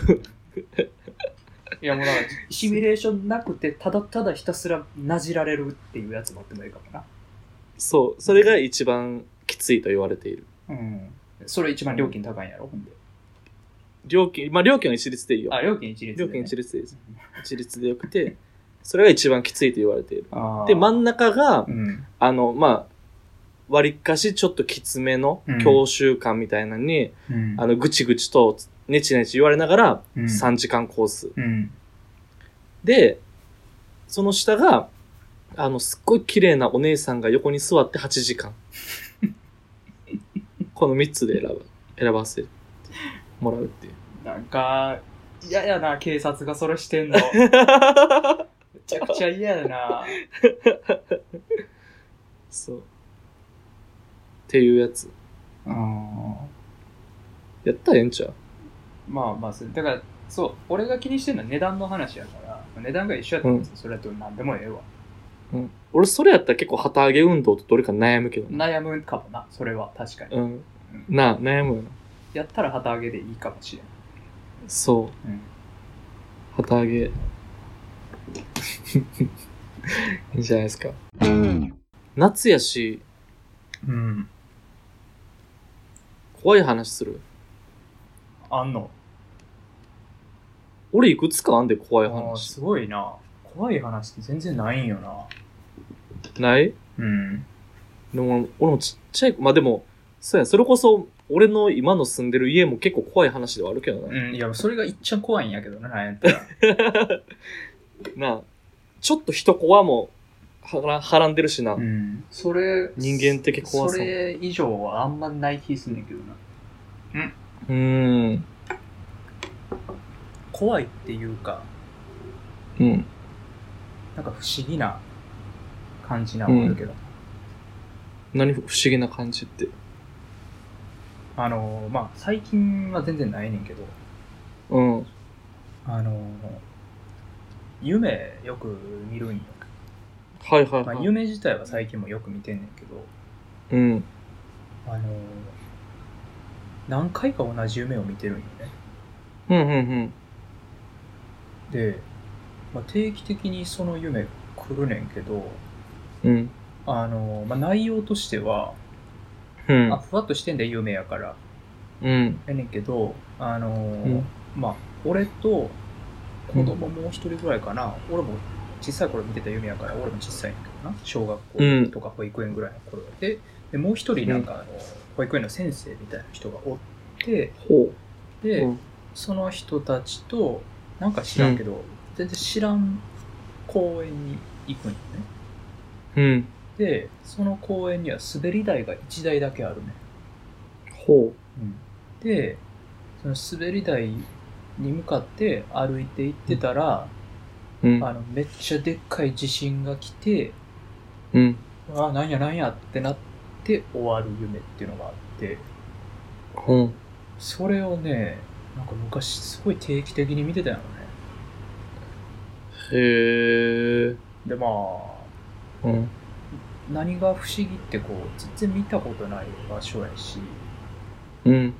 [SPEAKER 1] いやもうだからシミュレーションなくてただただひたすらなじられるっていうやつもあってもいいかもな
[SPEAKER 2] そう。それが一番きついと言われている。
[SPEAKER 1] うんそれ一番料金高いんやろほんで
[SPEAKER 2] 料金、まあ料金は一律でいいよ。
[SPEAKER 1] あ料金一律で、
[SPEAKER 2] 料
[SPEAKER 1] ね、
[SPEAKER 2] 金一律でいいです
[SPEAKER 1] うん
[SPEAKER 2] 一律でよくて、それが一番きついと言われている。
[SPEAKER 1] あ
[SPEAKER 2] で、真ん中が
[SPEAKER 1] う、ん
[SPEAKER 2] あの、まあ、割かしちょっときつめの
[SPEAKER 1] うん
[SPEAKER 2] 教習官みたいなのに、
[SPEAKER 1] うん
[SPEAKER 2] あの、ぐちぐちと、ねちねち言われながら、
[SPEAKER 1] うん
[SPEAKER 2] 3時間コース。
[SPEAKER 1] うん
[SPEAKER 2] で、その下が、あの、すっごい綺麗なお姉さんが横に座って8時間。この3つで選ぶ、選ばせてもらうっていう。
[SPEAKER 1] なんか嫌やな警察がそれして んのめちゃくちゃ嫌やな
[SPEAKER 2] そう。っていうやつ。
[SPEAKER 1] うん
[SPEAKER 2] やったらええんちゃう
[SPEAKER 1] まあまあそうだからそう俺が気にしてるのは値段の話やから値段が一緒やったら別にそれやと何でもええわ、
[SPEAKER 2] うん。俺、それやったら結構旗揚げ運動とどれか悩むけどな。
[SPEAKER 1] 悩むかもなそれは確かに、
[SPEAKER 2] うん。なあ、悩むよな。
[SPEAKER 1] やったら旗揚げでいいかもしれん
[SPEAKER 2] そう。
[SPEAKER 1] うん
[SPEAKER 2] 旗揚げ。い いんじゃないですか。夏やし、
[SPEAKER 1] うん。
[SPEAKER 2] 怖い話する。
[SPEAKER 1] あんの。
[SPEAKER 2] 俺いくつかあんで怖い
[SPEAKER 1] あー
[SPEAKER 2] 話。
[SPEAKER 1] すごいな。怖い話って全然ないんよな。
[SPEAKER 2] ない
[SPEAKER 1] うん。
[SPEAKER 2] でも俺もちっちゃい、まあでも、そうや、それこそ俺の今の住んでる家も結構怖い話ではあるけどな。
[SPEAKER 1] うん、いや、それがいっちゃ怖いんやけどな、なんやったら。
[SPEAKER 2] なあ、ちょっと人怖もはらはらんでるしな。
[SPEAKER 1] ん。それ、
[SPEAKER 2] 人間的怖さ
[SPEAKER 1] それ以上はあんまない気すんねんけどな。
[SPEAKER 2] うーん。
[SPEAKER 1] 怖いっていうか、
[SPEAKER 2] うん。
[SPEAKER 1] なんか不思議な感じなもんだけど。
[SPEAKER 2] 何不思議な感じって。
[SPEAKER 1] あのー、まあ、最近は全然ないねんけど、
[SPEAKER 2] うん。
[SPEAKER 1] あのー、夢よく見るんよ。
[SPEAKER 2] はいはい
[SPEAKER 1] まあ、
[SPEAKER 2] はい。
[SPEAKER 1] 夢自体は最近もよく見てんねんけど、
[SPEAKER 2] うん。
[SPEAKER 1] あの何回か同じ夢を見てるんよね。
[SPEAKER 2] うんうん
[SPEAKER 1] で、まあ、定期的にその夢来るねんけど、
[SPEAKER 2] うん。うん。
[SPEAKER 1] あのまあ、内容としては、
[SPEAKER 2] うん
[SPEAKER 1] あ、。ふわっとしてんだよ夢やから。
[SPEAKER 2] うん。
[SPEAKER 1] やねんけど、あの
[SPEAKER 2] ん
[SPEAKER 1] まあ、俺と子供もう一人ぐらいかな、俺も小さい頃見てた夢やから、俺も小さいんだけどな、小学校とか保育園ぐらいの頃で、で、もう一人なんか、あの保育園の先生みたいな人がおって、
[SPEAKER 2] ほ
[SPEAKER 1] で、
[SPEAKER 2] うん
[SPEAKER 1] その人たちとなんか知らんけど、全然知らん公園に行くんよね
[SPEAKER 2] う。うん。
[SPEAKER 1] でその公園には滑り台が1台だけあるね、
[SPEAKER 2] ほ
[SPEAKER 1] でその滑り台に向かって歩いて行ってたら、
[SPEAKER 2] う。うん。
[SPEAKER 1] あのめっちゃでっかい地震が来て
[SPEAKER 2] うん。
[SPEAKER 1] あなんやなんやってなって終わる夢っていうのがあって
[SPEAKER 2] ほう。
[SPEAKER 1] それをねなんか昔すごい定期的に見てたよね
[SPEAKER 2] へえ。
[SPEAKER 1] でまあ
[SPEAKER 2] うん。
[SPEAKER 1] 何が不思議ってこう全然見たことない場所やし
[SPEAKER 2] うん。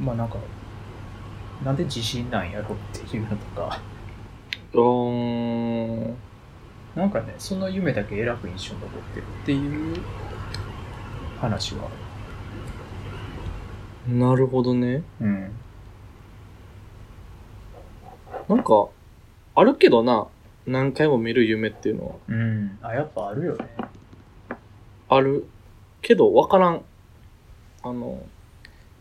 [SPEAKER 1] まあなんかなんで地震なんやろっていうのとか
[SPEAKER 2] うーん。
[SPEAKER 1] なんかね、その夢だけ偉く印象に残ってるっていう話はあ
[SPEAKER 2] なるほどね。
[SPEAKER 1] る。うん。
[SPEAKER 2] なんか、あるけどな、何回も見る夢っていうのは。
[SPEAKER 1] うん。あ、やっぱあるよね。
[SPEAKER 2] あるけど、わからん。あの、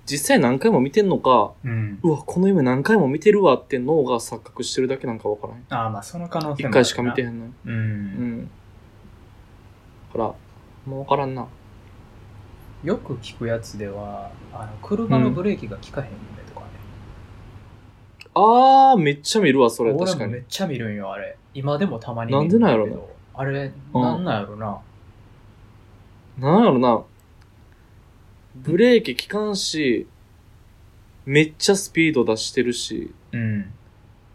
[SPEAKER 2] 実際何回も見てんのか、
[SPEAKER 1] うん。
[SPEAKER 2] うわ、この夢何回も見てるわって脳が錯覚してるだけなんかわからん。
[SPEAKER 1] ああ、まあその可能性
[SPEAKER 2] 一
[SPEAKER 1] もあるな。
[SPEAKER 2] 回しか見てへんの。
[SPEAKER 1] う。
[SPEAKER 2] うんん。ほら、もうわからんな。
[SPEAKER 1] よく聞くやつでは、あの、車のブレーキが効かへん夢とかね。
[SPEAKER 2] あー、めっちゃ見るわ、それ。
[SPEAKER 1] 俺も
[SPEAKER 2] 確か
[SPEAKER 1] め
[SPEAKER 2] に
[SPEAKER 1] っ。ちゃ見るんよ、あれ。今でもたまに
[SPEAKER 2] なんでなんやろな
[SPEAKER 1] 見るけどあれ、
[SPEAKER 2] うん
[SPEAKER 1] なんなんやろな。
[SPEAKER 2] なんやろな。ブレーキ効かんし、めっちゃスピード出してるし、
[SPEAKER 1] うん。
[SPEAKER 2] っ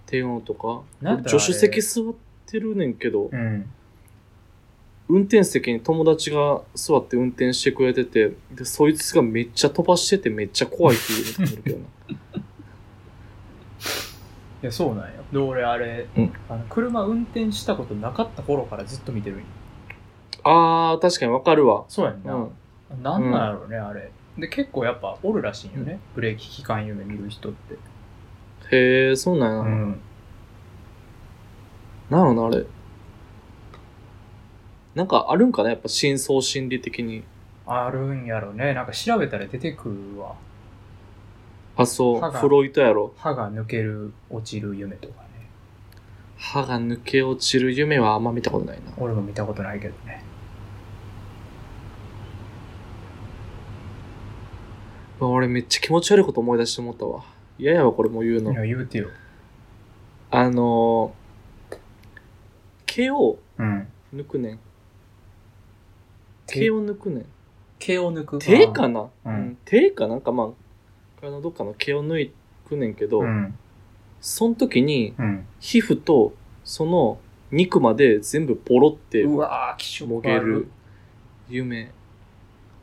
[SPEAKER 2] ていうのとか。
[SPEAKER 1] なんだ
[SPEAKER 2] 助手席座ってるねんけど
[SPEAKER 1] う、ん。
[SPEAKER 2] 運転席に友達が座って運転してくれてて、で、そいつがめっちゃ飛ばしててめっちゃ怖いっていうのとかある けどな。
[SPEAKER 1] いや、そうなんよ。で、俺、あれ、
[SPEAKER 2] うん
[SPEAKER 1] あの車運転したことなかった頃からずっと見てるんよ。
[SPEAKER 2] あー、確かにわかるわ。
[SPEAKER 1] そうやん
[SPEAKER 2] う
[SPEAKER 1] な。
[SPEAKER 2] ん。
[SPEAKER 1] なんなんやろうね、あれ。で、結構やっぱおるらしいんよね。ブレーキ機関夢見る人って。
[SPEAKER 2] へえ、そうなんや
[SPEAKER 1] う
[SPEAKER 2] な。
[SPEAKER 1] ん。
[SPEAKER 2] なるほどな、あれ。なんかあるんかなやっぱ深層心理的に。
[SPEAKER 1] あるんやろね。なんか調べたら出てくるわ。
[SPEAKER 2] あ、そ
[SPEAKER 1] 歯
[SPEAKER 2] う、
[SPEAKER 1] が
[SPEAKER 2] フロイトやろ。
[SPEAKER 1] 歯が抜ける、落ちる夢とかね。
[SPEAKER 2] 歯が抜け落ちる夢はあんま見たことないな。
[SPEAKER 1] 俺も見たことないけどね。
[SPEAKER 2] うわ俺めっちゃ気持ち悪いこと思い出して思ったわ。嫌やわ、これもう言うの
[SPEAKER 1] い。や、言うてよ。
[SPEAKER 2] あのー、毛を
[SPEAKER 1] うん。
[SPEAKER 2] 抜くねん。
[SPEAKER 1] 毛
[SPEAKER 2] 毛を抜くねん。
[SPEAKER 1] 毛を抜く
[SPEAKER 2] 手かな、
[SPEAKER 1] うん
[SPEAKER 2] 手かなんかまあ、体のどっかの毛を抜くねんけど、
[SPEAKER 1] うん。
[SPEAKER 2] その時に
[SPEAKER 1] うん。
[SPEAKER 2] 皮膚とその肉まで全部ポロって
[SPEAKER 1] うわぁ、気色
[SPEAKER 2] も
[SPEAKER 1] 悪
[SPEAKER 2] げる。夢。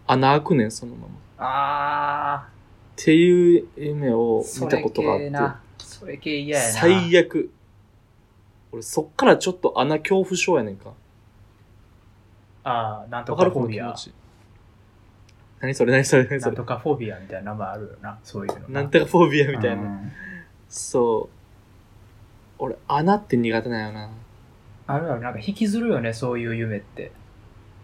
[SPEAKER 2] 穴開くねん、そのまま。っ
[SPEAKER 1] あ
[SPEAKER 2] ていう夢を
[SPEAKER 1] ー、
[SPEAKER 2] 見たことが
[SPEAKER 1] そ
[SPEAKER 2] あっ
[SPEAKER 1] れ系
[SPEAKER 2] て。
[SPEAKER 1] な。それ系嫌やな。
[SPEAKER 2] 最悪。俺そっからちょっと穴恐怖症やねんか。
[SPEAKER 1] ああ、なんと
[SPEAKER 2] わか
[SPEAKER 1] か
[SPEAKER 2] る
[SPEAKER 1] フ
[SPEAKER 2] こ
[SPEAKER 1] ォ
[SPEAKER 2] の
[SPEAKER 1] ビ
[SPEAKER 2] 気持
[SPEAKER 1] ア。
[SPEAKER 2] ち。何それ何それ何
[SPEAKER 1] な
[SPEAKER 2] そ
[SPEAKER 1] ん
[SPEAKER 2] れ
[SPEAKER 1] とかフォビアみたいな名前あるよな、そういうの。
[SPEAKER 2] なんとかフォービア
[SPEAKER 1] か
[SPEAKER 2] みたいな。そう。俺、穴って苦手なんよな。
[SPEAKER 1] あるある、なんか引きずるよね、そういう夢って。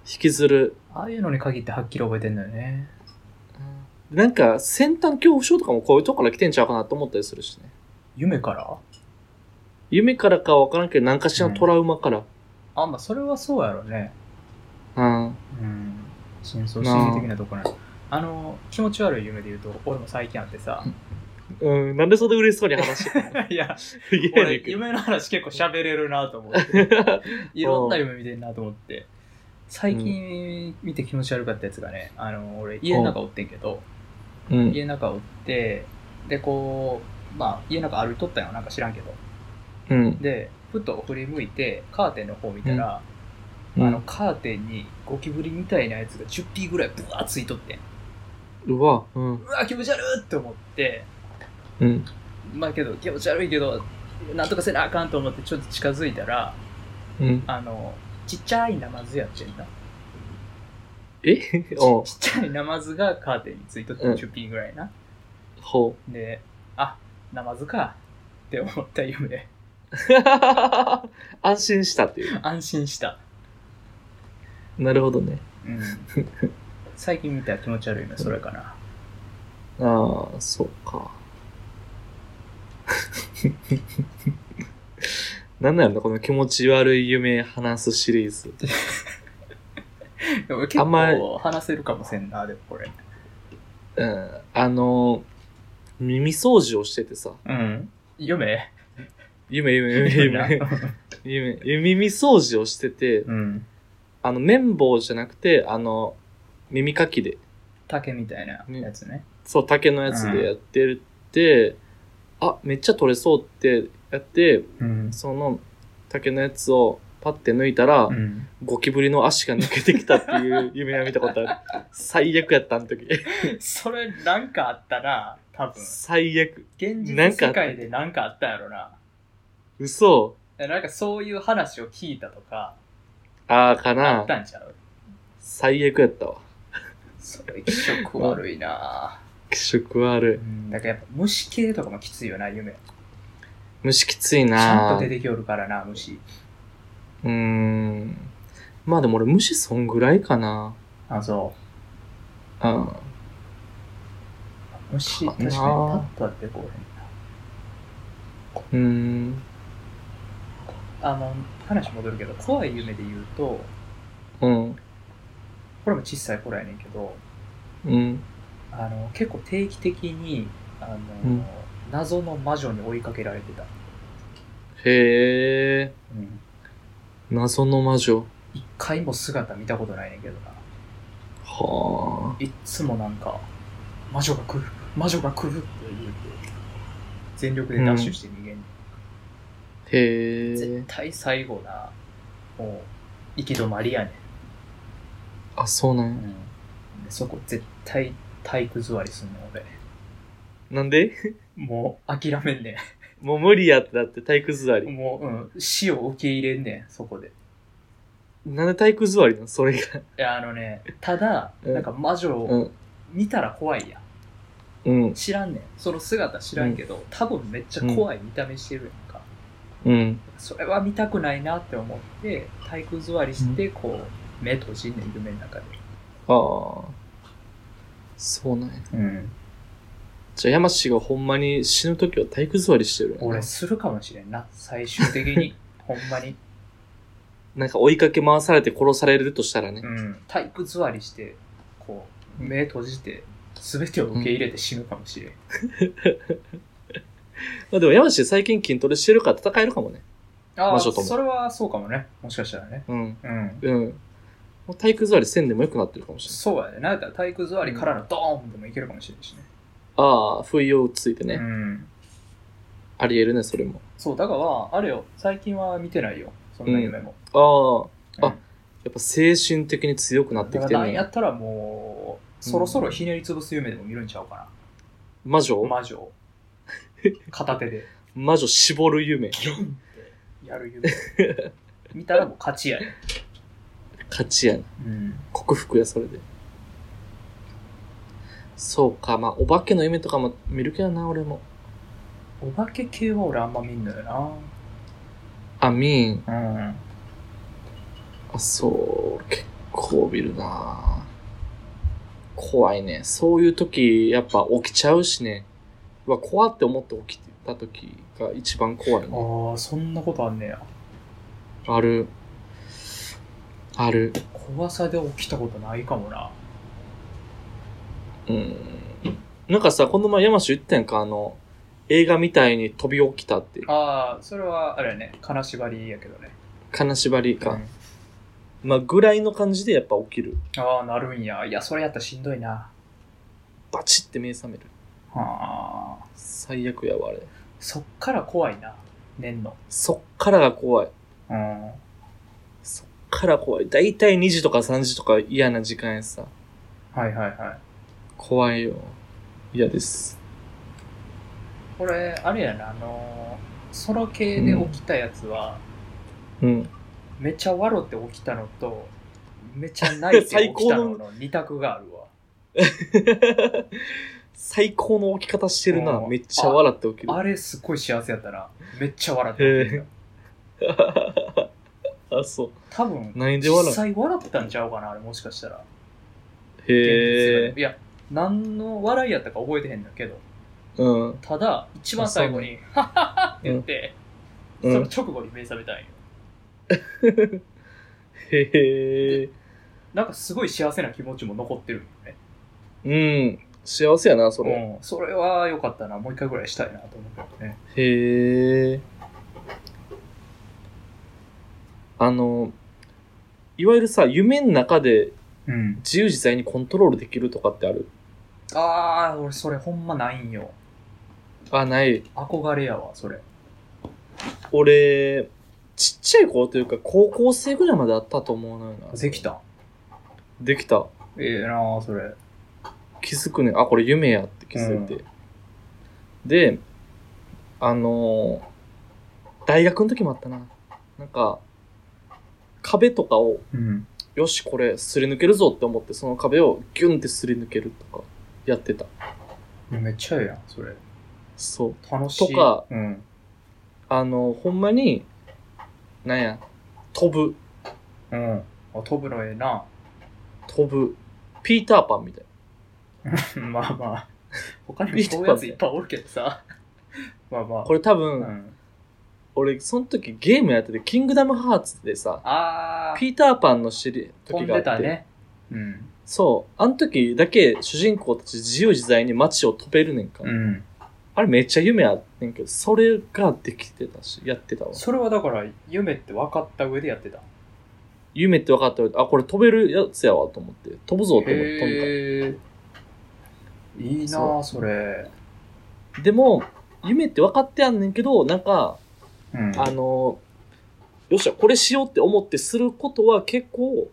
[SPEAKER 2] 引きずる。
[SPEAKER 1] ああいうのに限ってはっきり覚えてんだよね。
[SPEAKER 2] なんか、先端恐怖症とかもこういうとこから来てんちゃうかなと思ったりするしね。
[SPEAKER 1] 夢から
[SPEAKER 2] 夢からかわからんけど、何かしらのトラウマから。
[SPEAKER 1] あ、まあ、それはそうやろね。
[SPEAKER 2] うん。
[SPEAKER 1] うん。真相心理的なところあの、気持ち悪い夢で言うと、俺も最近あってさ、
[SPEAKER 2] うん。なんでそんな嬉しそうに話してん の
[SPEAKER 1] いや、
[SPEAKER 2] すげえね
[SPEAKER 1] 俺
[SPEAKER 2] んけど
[SPEAKER 1] 夢の話結構喋れるなと思 って、いろんな夢見てんなと思って、最近見て気持ち悪かったやつがね、あの、俺家の中おってんけど、
[SPEAKER 2] うん。
[SPEAKER 1] 家の中おって、で、こう、まあ、家の中歩いとったんよ、なんか知らんけど。
[SPEAKER 2] うん。
[SPEAKER 1] で、ふと振り向いて、カーテンの方見たら、
[SPEAKER 2] う
[SPEAKER 1] あの、
[SPEAKER 2] ん。
[SPEAKER 1] カーテンにゴキブリみたいなやつが10匹ぐらいブワーついとってん。
[SPEAKER 2] うわ。うん。
[SPEAKER 1] うわ、気持ち悪いって思って、
[SPEAKER 2] うん。
[SPEAKER 1] まあけど、気持ち悪いけど、なんとかせなあかんと思ってちょっと近づいたら、
[SPEAKER 2] うん。
[SPEAKER 1] あの、ちっちゃいナマズやってんな。
[SPEAKER 2] え おう
[SPEAKER 1] ちちっちゃいナマズがカーテンについとって
[SPEAKER 2] うん
[SPEAKER 1] 10匹ぐらいな。
[SPEAKER 2] ほう。
[SPEAKER 1] で、あ、ナマズかって思った夢。
[SPEAKER 2] 安心したっていう。
[SPEAKER 1] 安心した。
[SPEAKER 2] なるほどね。
[SPEAKER 1] うん最近見た気持ち悪い夢、それかな。
[SPEAKER 2] ああ、そうか。 なんなんやろなこの気持ち悪い夢話すシリーズ。
[SPEAKER 1] でも結
[SPEAKER 2] あんまり
[SPEAKER 1] 構話せるかもせんな、でもこれ。
[SPEAKER 2] うん。あの、耳掃除をしててさ。
[SPEAKER 1] うん。夢
[SPEAKER 2] 夢、夢、 夢、夢、夢、夢耳掃除をしてて、
[SPEAKER 1] うん。
[SPEAKER 2] あの、綿棒じゃなくて、あの、耳かきで、
[SPEAKER 1] 竹みたいなやつね。
[SPEAKER 2] そう、竹のやつでやってるって、あ、めっちゃ取れそうってやって、
[SPEAKER 1] うん。
[SPEAKER 2] その竹のやつをパッて抜いたら、
[SPEAKER 1] うん、
[SPEAKER 2] ゴキブリの足が抜けてきたっていう夢は見たことあ る。最悪やったあの時。
[SPEAKER 1] それなんかあったな多分
[SPEAKER 2] 最悪。
[SPEAKER 1] 現実
[SPEAKER 2] なんかあ
[SPEAKER 1] 世
[SPEAKER 2] った
[SPEAKER 1] 界でなんかあったやろな
[SPEAKER 2] 嘘。
[SPEAKER 1] なんかそういう話を聞いたとか、
[SPEAKER 2] ああ、か
[SPEAKER 1] あ
[SPEAKER 2] な
[SPEAKER 1] ったんちゃう
[SPEAKER 2] 最悪やったわ。
[SPEAKER 1] それ気色悪いな
[SPEAKER 2] 気色悪い。
[SPEAKER 1] ぁ。だからやっぱ虫系とかもきついよな、夢。ち
[SPEAKER 2] 虫きつい
[SPEAKER 1] ゃん
[SPEAKER 2] な
[SPEAKER 1] と出てきおるからな、虫。
[SPEAKER 2] うーん。まあでも俺虫そんぐらいかな。
[SPEAKER 1] あ、そ
[SPEAKER 2] うん。
[SPEAKER 1] う。虫、
[SPEAKER 2] か
[SPEAKER 1] 確か
[SPEAKER 2] な
[SPEAKER 1] に、パッとは出てこ
[SPEAKER 2] うーん。
[SPEAKER 1] へん。あの、話戻るけど、怖い夢で言うと、
[SPEAKER 2] うん。
[SPEAKER 1] これも小さい頃やねんけど、
[SPEAKER 2] うん。
[SPEAKER 1] あの、結構定期的に、あの、
[SPEAKER 2] うん
[SPEAKER 1] 謎の魔女に追いかけられてた。
[SPEAKER 2] へえ。謎の魔女。
[SPEAKER 1] 一回も姿見たことないねんけどな。
[SPEAKER 2] はい
[SPEAKER 1] っつもなんか、魔女が来る、魔女が来るって言って、全力でダッシュして逃げんねん、
[SPEAKER 2] あ。へ
[SPEAKER 1] 絶
[SPEAKER 2] え。
[SPEAKER 1] 対最後な、もう、行き止まりやね
[SPEAKER 2] あ、そうなん
[SPEAKER 1] ん。
[SPEAKER 2] や。
[SPEAKER 1] でそこ絶対体育座りすんねん、俺。
[SPEAKER 2] なんで
[SPEAKER 1] もう、諦めんね
[SPEAKER 2] もう無理やってだって体育座
[SPEAKER 1] ん。
[SPEAKER 2] り。
[SPEAKER 1] もう、うん、死を受け入れんねん、そこで。
[SPEAKER 2] なんで体育座りなのそれが。
[SPEAKER 1] いや、あのね、ただ、
[SPEAKER 2] うん
[SPEAKER 1] なんか魔女
[SPEAKER 2] う
[SPEAKER 1] を
[SPEAKER 2] ん。
[SPEAKER 1] 見たら怖いやん。
[SPEAKER 2] うん。
[SPEAKER 1] 知らんねん。その姿知らんけど、多分めっちゃ怖い見た目してるやんか。
[SPEAKER 2] うん。
[SPEAKER 1] それは見たくないなって思って体育座りしてこう目閉じんねん夢の中で、
[SPEAKER 2] ああ。そうなんや。
[SPEAKER 1] うん、
[SPEAKER 2] じゃあ山氏がほんまに死ぬ時は体育座りしてるんやな
[SPEAKER 1] 俺するかもしれんな最終的 にほんまに、
[SPEAKER 2] なんか追いかけ回されて殺されるとしたらね
[SPEAKER 1] う。ん、体育座りしてこう目閉じて全てを受け入れて死ぬかもしれん、
[SPEAKER 2] まあでも山氏最近筋トレしてるから戦えるかもね。
[SPEAKER 1] あ
[SPEAKER 2] 魔
[SPEAKER 1] あ
[SPEAKER 2] 女とも
[SPEAKER 1] それはそうかもねもしかしたらね
[SPEAKER 2] うん。
[SPEAKER 1] うん
[SPEAKER 2] うん。もう体育座りせんでもよくなってるかもしれない。
[SPEAKER 1] そうやねなんやったら体育座りからのドーンでもいけるかもしれんしね
[SPEAKER 2] ああ、不意をついてね。
[SPEAKER 1] うん
[SPEAKER 2] ありえるね、それも。
[SPEAKER 1] そうだからあれよ最近は見てないよそんな夢も、
[SPEAKER 2] あ
[SPEAKER 1] う
[SPEAKER 2] あ、
[SPEAKER 1] ん
[SPEAKER 2] あ、やっぱ精神的に強くなってきて
[SPEAKER 1] だから
[SPEAKER 2] る
[SPEAKER 1] なんや
[SPEAKER 2] ね。
[SPEAKER 1] ったらもう、そろそろひねりつぶす夢でも見るんちゃうか
[SPEAKER 2] 魔
[SPEAKER 1] な。
[SPEAKER 2] 女
[SPEAKER 1] 魔 女を。片手で、
[SPEAKER 2] 魔女絞る夢。
[SPEAKER 1] ギョンってやる夢。 見たらもう勝ちやね。
[SPEAKER 2] 勝ちやな。
[SPEAKER 1] うん。
[SPEAKER 2] 克服や、それで。そうか、まあ、お化けの夢とかも見るけどな、俺も。
[SPEAKER 1] お化け系は俺あんま見んのよ
[SPEAKER 2] あ、ミーン。
[SPEAKER 1] な。うん。
[SPEAKER 2] あ、そう、結構見るな怖いね。そういう時、やっぱ起きちゃうしね。うわ、怖って思って起きた時が一番怖いね。
[SPEAKER 1] ああ、そんなことあんねや。
[SPEAKER 2] ある。ある。
[SPEAKER 1] 怖さで起きたことないかもな。
[SPEAKER 2] うん。なんかさ、この前山氏言ってたやんか、あの、映画みたいに飛び起きたって。
[SPEAKER 1] ああ、それはあれやね、金縛りやけどね。
[SPEAKER 2] 金縛りか。
[SPEAKER 1] うん
[SPEAKER 2] まあ、ぐらいの感じでやっぱ起きる。
[SPEAKER 1] ああ、なるんや。いや、それやったらしんどいな。
[SPEAKER 2] バチって目覚める。
[SPEAKER 1] はあ。
[SPEAKER 2] 最悪やわ、あれ。
[SPEAKER 1] そっから怖いな。寝んの。
[SPEAKER 2] そっからが怖い。
[SPEAKER 1] うん。
[SPEAKER 2] そっから怖い。だいたい2時とか3時とか嫌な時間やさ。
[SPEAKER 1] はいはいはい。
[SPEAKER 2] 怖いよ。嫌です。
[SPEAKER 1] これ、あれやな、あのーソロ系で起きたやつは、
[SPEAKER 2] うん。
[SPEAKER 1] めちゃ笑って起きたのと、めちゃ 泣いて起きたのの二択があるわ。
[SPEAKER 2] 最高の起き方してるな。
[SPEAKER 1] うん
[SPEAKER 2] めっちゃ笑って起きる。
[SPEAKER 1] あれすっごい幸せやったな。めっちゃ笑って起きた。
[SPEAKER 2] あ、そう。
[SPEAKER 1] 多分、
[SPEAKER 2] 何
[SPEAKER 1] 実
[SPEAKER 2] で笑う
[SPEAKER 1] 際笑ってたんちゃうかな、あれもしかしたら。
[SPEAKER 2] へえ
[SPEAKER 1] 現実。がいや、何の笑いやったか覚えてへんだけど、
[SPEAKER 2] うん。
[SPEAKER 1] ただ、一番最後に、はっはっはって言って、
[SPEAKER 2] う
[SPEAKER 1] そ
[SPEAKER 2] ん。
[SPEAKER 1] の直後に目覚めたんよ。
[SPEAKER 2] へえ。
[SPEAKER 1] なんかすごい幸せな気持ちも残ってるよね。
[SPEAKER 2] うん。幸せやな、それ。
[SPEAKER 1] うん、それは良かったな。もう一回ぐらいしたいなと思うけどね。
[SPEAKER 2] へえ。あの、いわゆるさ、夢の中で
[SPEAKER 1] うん。
[SPEAKER 2] 自由自在にコントロールできるとかってある
[SPEAKER 1] ああ、俺それほんまないんよ。
[SPEAKER 2] あ、ない。
[SPEAKER 1] 憧れやわ、それ。
[SPEAKER 2] 俺、ちっちゃい子というか高校生ぐらいまであったと思うのよな。
[SPEAKER 1] できた。
[SPEAKER 2] できた。
[SPEAKER 1] ええなあそれ。
[SPEAKER 2] 気づくね。あ、これ夢やって気づいて。で、あのー大学の時もあったな。なんか、壁とかを、
[SPEAKER 1] うん。
[SPEAKER 2] よし、これ、すり抜けるぞって思って、その壁をギュンってすり抜けるとか、やってた。
[SPEAKER 1] めっちゃええやん、それ。
[SPEAKER 2] そう。
[SPEAKER 1] 楽しい。
[SPEAKER 2] とか
[SPEAKER 1] うん。
[SPEAKER 2] あの、ほんまに、なんや、飛ぶ、
[SPEAKER 1] うん。あ、飛ぶのええな。
[SPEAKER 2] 飛ぶ、ピーターパンみたいな。
[SPEAKER 1] まあまあ。他にもそういうやついっぱいおるけどさ。まあまあ。
[SPEAKER 2] これ多分、
[SPEAKER 1] うん。
[SPEAKER 2] 俺、その時ゲームやってて、キングダムハーツでさ、
[SPEAKER 1] あー、
[SPEAKER 2] ピーターパンの知り、
[SPEAKER 1] 飛
[SPEAKER 2] 時
[SPEAKER 1] ん
[SPEAKER 2] があ
[SPEAKER 1] で
[SPEAKER 2] ったて、
[SPEAKER 1] ね。うん。
[SPEAKER 2] そう、あの時だけ主人公たち自由自在に街を飛べるねんか。
[SPEAKER 1] うん。
[SPEAKER 2] あれめっちゃ夢あってんけど、それができてたし、やってたわ。
[SPEAKER 1] それはだから、夢って分かった上でやってた。
[SPEAKER 2] 夢って分かったら、あ、これ飛べるやつやわと思って、飛ぶぞって思って飛んだ。
[SPEAKER 1] へーいいなあそれ。
[SPEAKER 2] でも、夢って分かってやんねんけど、なんか、
[SPEAKER 1] うん
[SPEAKER 2] あの、よっしゃ、これしようって思ってすることは結構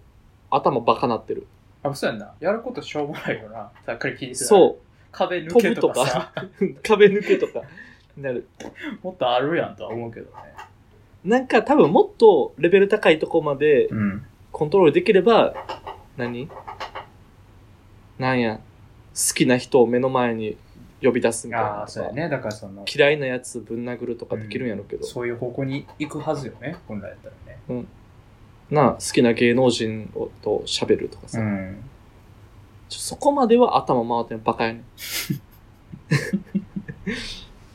[SPEAKER 2] 頭バカなってる。
[SPEAKER 1] あ、そうやんな。やることしょうもないよな。 さっき聞いてた。う。
[SPEAKER 2] そ
[SPEAKER 1] 壁抜けとかさ、
[SPEAKER 2] う。 壁抜けとかになる。
[SPEAKER 1] もっとあるやんとは思うけどね。
[SPEAKER 2] なんか多分もっとレベル高いとこまで
[SPEAKER 1] うん。
[SPEAKER 2] コントロールできれば、何なんや、好きな人を目の前に呼び出すみたい
[SPEAKER 1] あ
[SPEAKER 2] な
[SPEAKER 1] あ、そうやね。だからその、
[SPEAKER 2] 嫌いなやつぶん殴るとかできるんやろうけど、
[SPEAKER 1] そういう方向に行くはずよね。本来やったらね。
[SPEAKER 2] なあ好きな芸能人をと喋るとかさ、
[SPEAKER 1] ん。
[SPEAKER 2] ちょそこまでは頭回ってんバカやねん。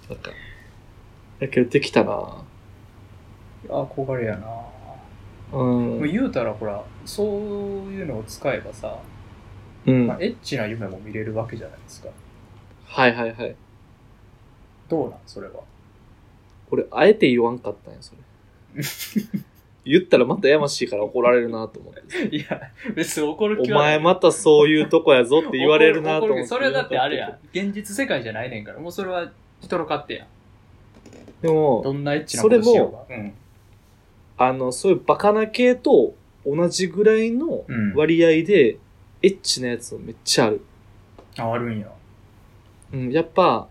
[SPEAKER 2] バカだけどできたな
[SPEAKER 1] あ憧れやな
[SPEAKER 2] う。
[SPEAKER 1] もうん言うたらほら、そういうのを使えばさ、
[SPEAKER 2] うん。
[SPEAKER 1] ま
[SPEAKER 2] は
[SPEAKER 1] あ、エッチな夢も見れるわけじゃないですか。
[SPEAKER 2] いはいはい。
[SPEAKER 1] どうなんそれは。
[SPEAKER 2] 俺、あえて言わんかったんや、それ。 言ったらまたやましいから怒られるなと思って。
[SPEAKER 1] いや、別に怒る
[SPEAKER 2] お
[SPEAKER 1] 気はない
[SPEAKER 2] 前またそういうとこやぞって言われるなと
[SPEAKER 1] 怒
[SPEAKER 2] 思っ
[SPEAKER 1] る
[SPEAKER 2] て。
[SPEAKER 1] それだってあれやん。現実世界じゃないねんから。もうそれは人の勝手やん。
[SPEAKER 2] で
[SPEAKER 1] ど
[SPEAKER 2] も、
[SPEAKER 1] んなエッチなことしようが。うん。
[SPEAKER 2] あの、そういうバカな系と同じぐらいの
[SPEAKER 1] うん
[SPEAKER 2] 割合で、エッチなやつめっちゃある。
[SPEAKER 1] あ、あるんや。
[SPEAKER 2] うん、やっぱ、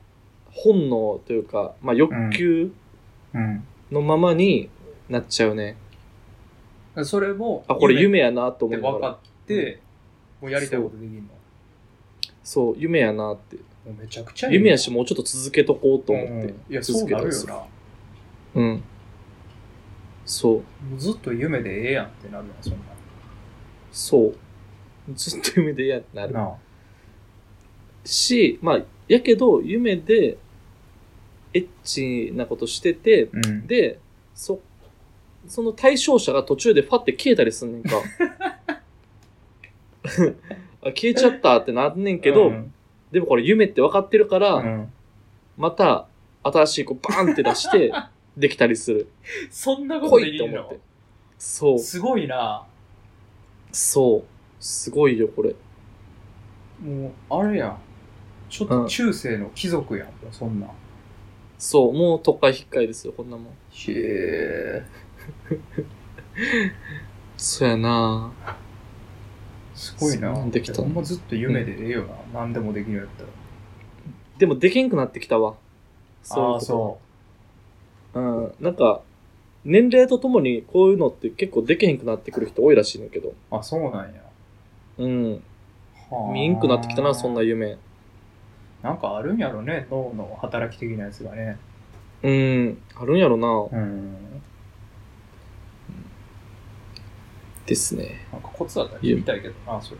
[SPEAKER 2] 本能というか、まあ欲求
[SPEAKER 1] うん。
[SPEAKER 2] のままになっちゃうね。
[SPEAKER 1] それも、
[SPEAKER 2] あ、これ夢やなと
[SPEAKER 1] っ
[SPEAKER 2] 思
[SPEAKER 1] て
[SPEAKER 2] いな
[SPEAKER 1] 分か
[SPEAKER 2] が。
[SPEAKER 1] らって、もうやりたいことできんの。
[SPEAKER 2] そう、夢やなって。
[SPEAKER 1] もうめちゃくちゃいい
[SPEAKER 2] 夢やし、もうちょっと続けとこうと思って。
[SPEAKER 1] うんいや、そ
[SPEAKER 2] 続
[SPEAKER 1] う
[SPEAKER 2] け
[SPEAKER 1] な
[SPEAKER 2] た
[SPEAKER 1] る
[SPEAKER 2] り
[SPEAKER 1] よ
[SPEAKER 2] する
[SPEAKER 1] な。
[SPEAKER 2] うん。そう。
[SPEAKER 1] もうずっと夢でええやんってなるやん、そん
[SPEAKER 2] そう。ずっと夢でやってな
[SPEAKER 1] な。
[SPEAKER 2] る。
[SPEAKER 1] な
[SPEAKER 2] し、まあ、やけど、夢で、エッチなことしてて、
[SPEAKER 1] うん。
[SPEAKER 2] で、そ、その対象者が途中でファって消えたりすんねんか。あ消えちゃったってなんねんけど、
[SPEAKER 1] うん。
[SPEAKER 2] でもこれ夢って分かってるから、
[SPEAKER 1] うん
[SPEAKER 2] また新しい子バーンって出して、できたりする。
[SPEAKER 1] そんなこと
[SPEAKER 2] 来
[SPEAKER 1] で
[SPEAKER 2] い
[SPEAKER 1] き
[SPEAKER 2] と
[SPEAKER 1] ん
[SPEAKER 2] 思っ
[SPEAKER 1] の
[SPEAKER 2] て。そう、
[SPEAKER 1] すごいな。
[SPEAKER 2] そう。すごいよ、これ。
[SPEAKER 1] もう、あれやん。ちょっと中世の貴族やん、もうそんなん。
[SPEAKER 2] そう、もう都会引っかいですよ、こんなもん。
[SPEAKER 1] へえ。
[SPEAKER 2] そうやな
[SPEAKER 1] すごいな
[SPEAKER 2] そんなんできたの
[SPEAKER 1] ほんまずっと夢でええよな、ん、何でもできるようやったら
[SPEAKER 2] でもできんくなってきたわ。。
[SPEAKER 1] ああそう
[SPEAKER 2] うん。なんか、年齢とともにこういうのって結構できへんくなってくる人多いらしいねんだけど。
[SPEAKER 1] うあそうなんや
[SPEAKER 2] うん。
[SPEAKER 1] はあ
[SPEAKER 2] 見んくなってきたな、そんな夢。
[SPEAKER 1] なんかあるんやろね脳の働き的なやつがね
[SPEAKER 2] うん。あるんやろな。
[SPEAKER 1] うん
[SPEAKER 2] ですね。
[SPEAKER 1] なんかコツだったら聞きたいけどなそれ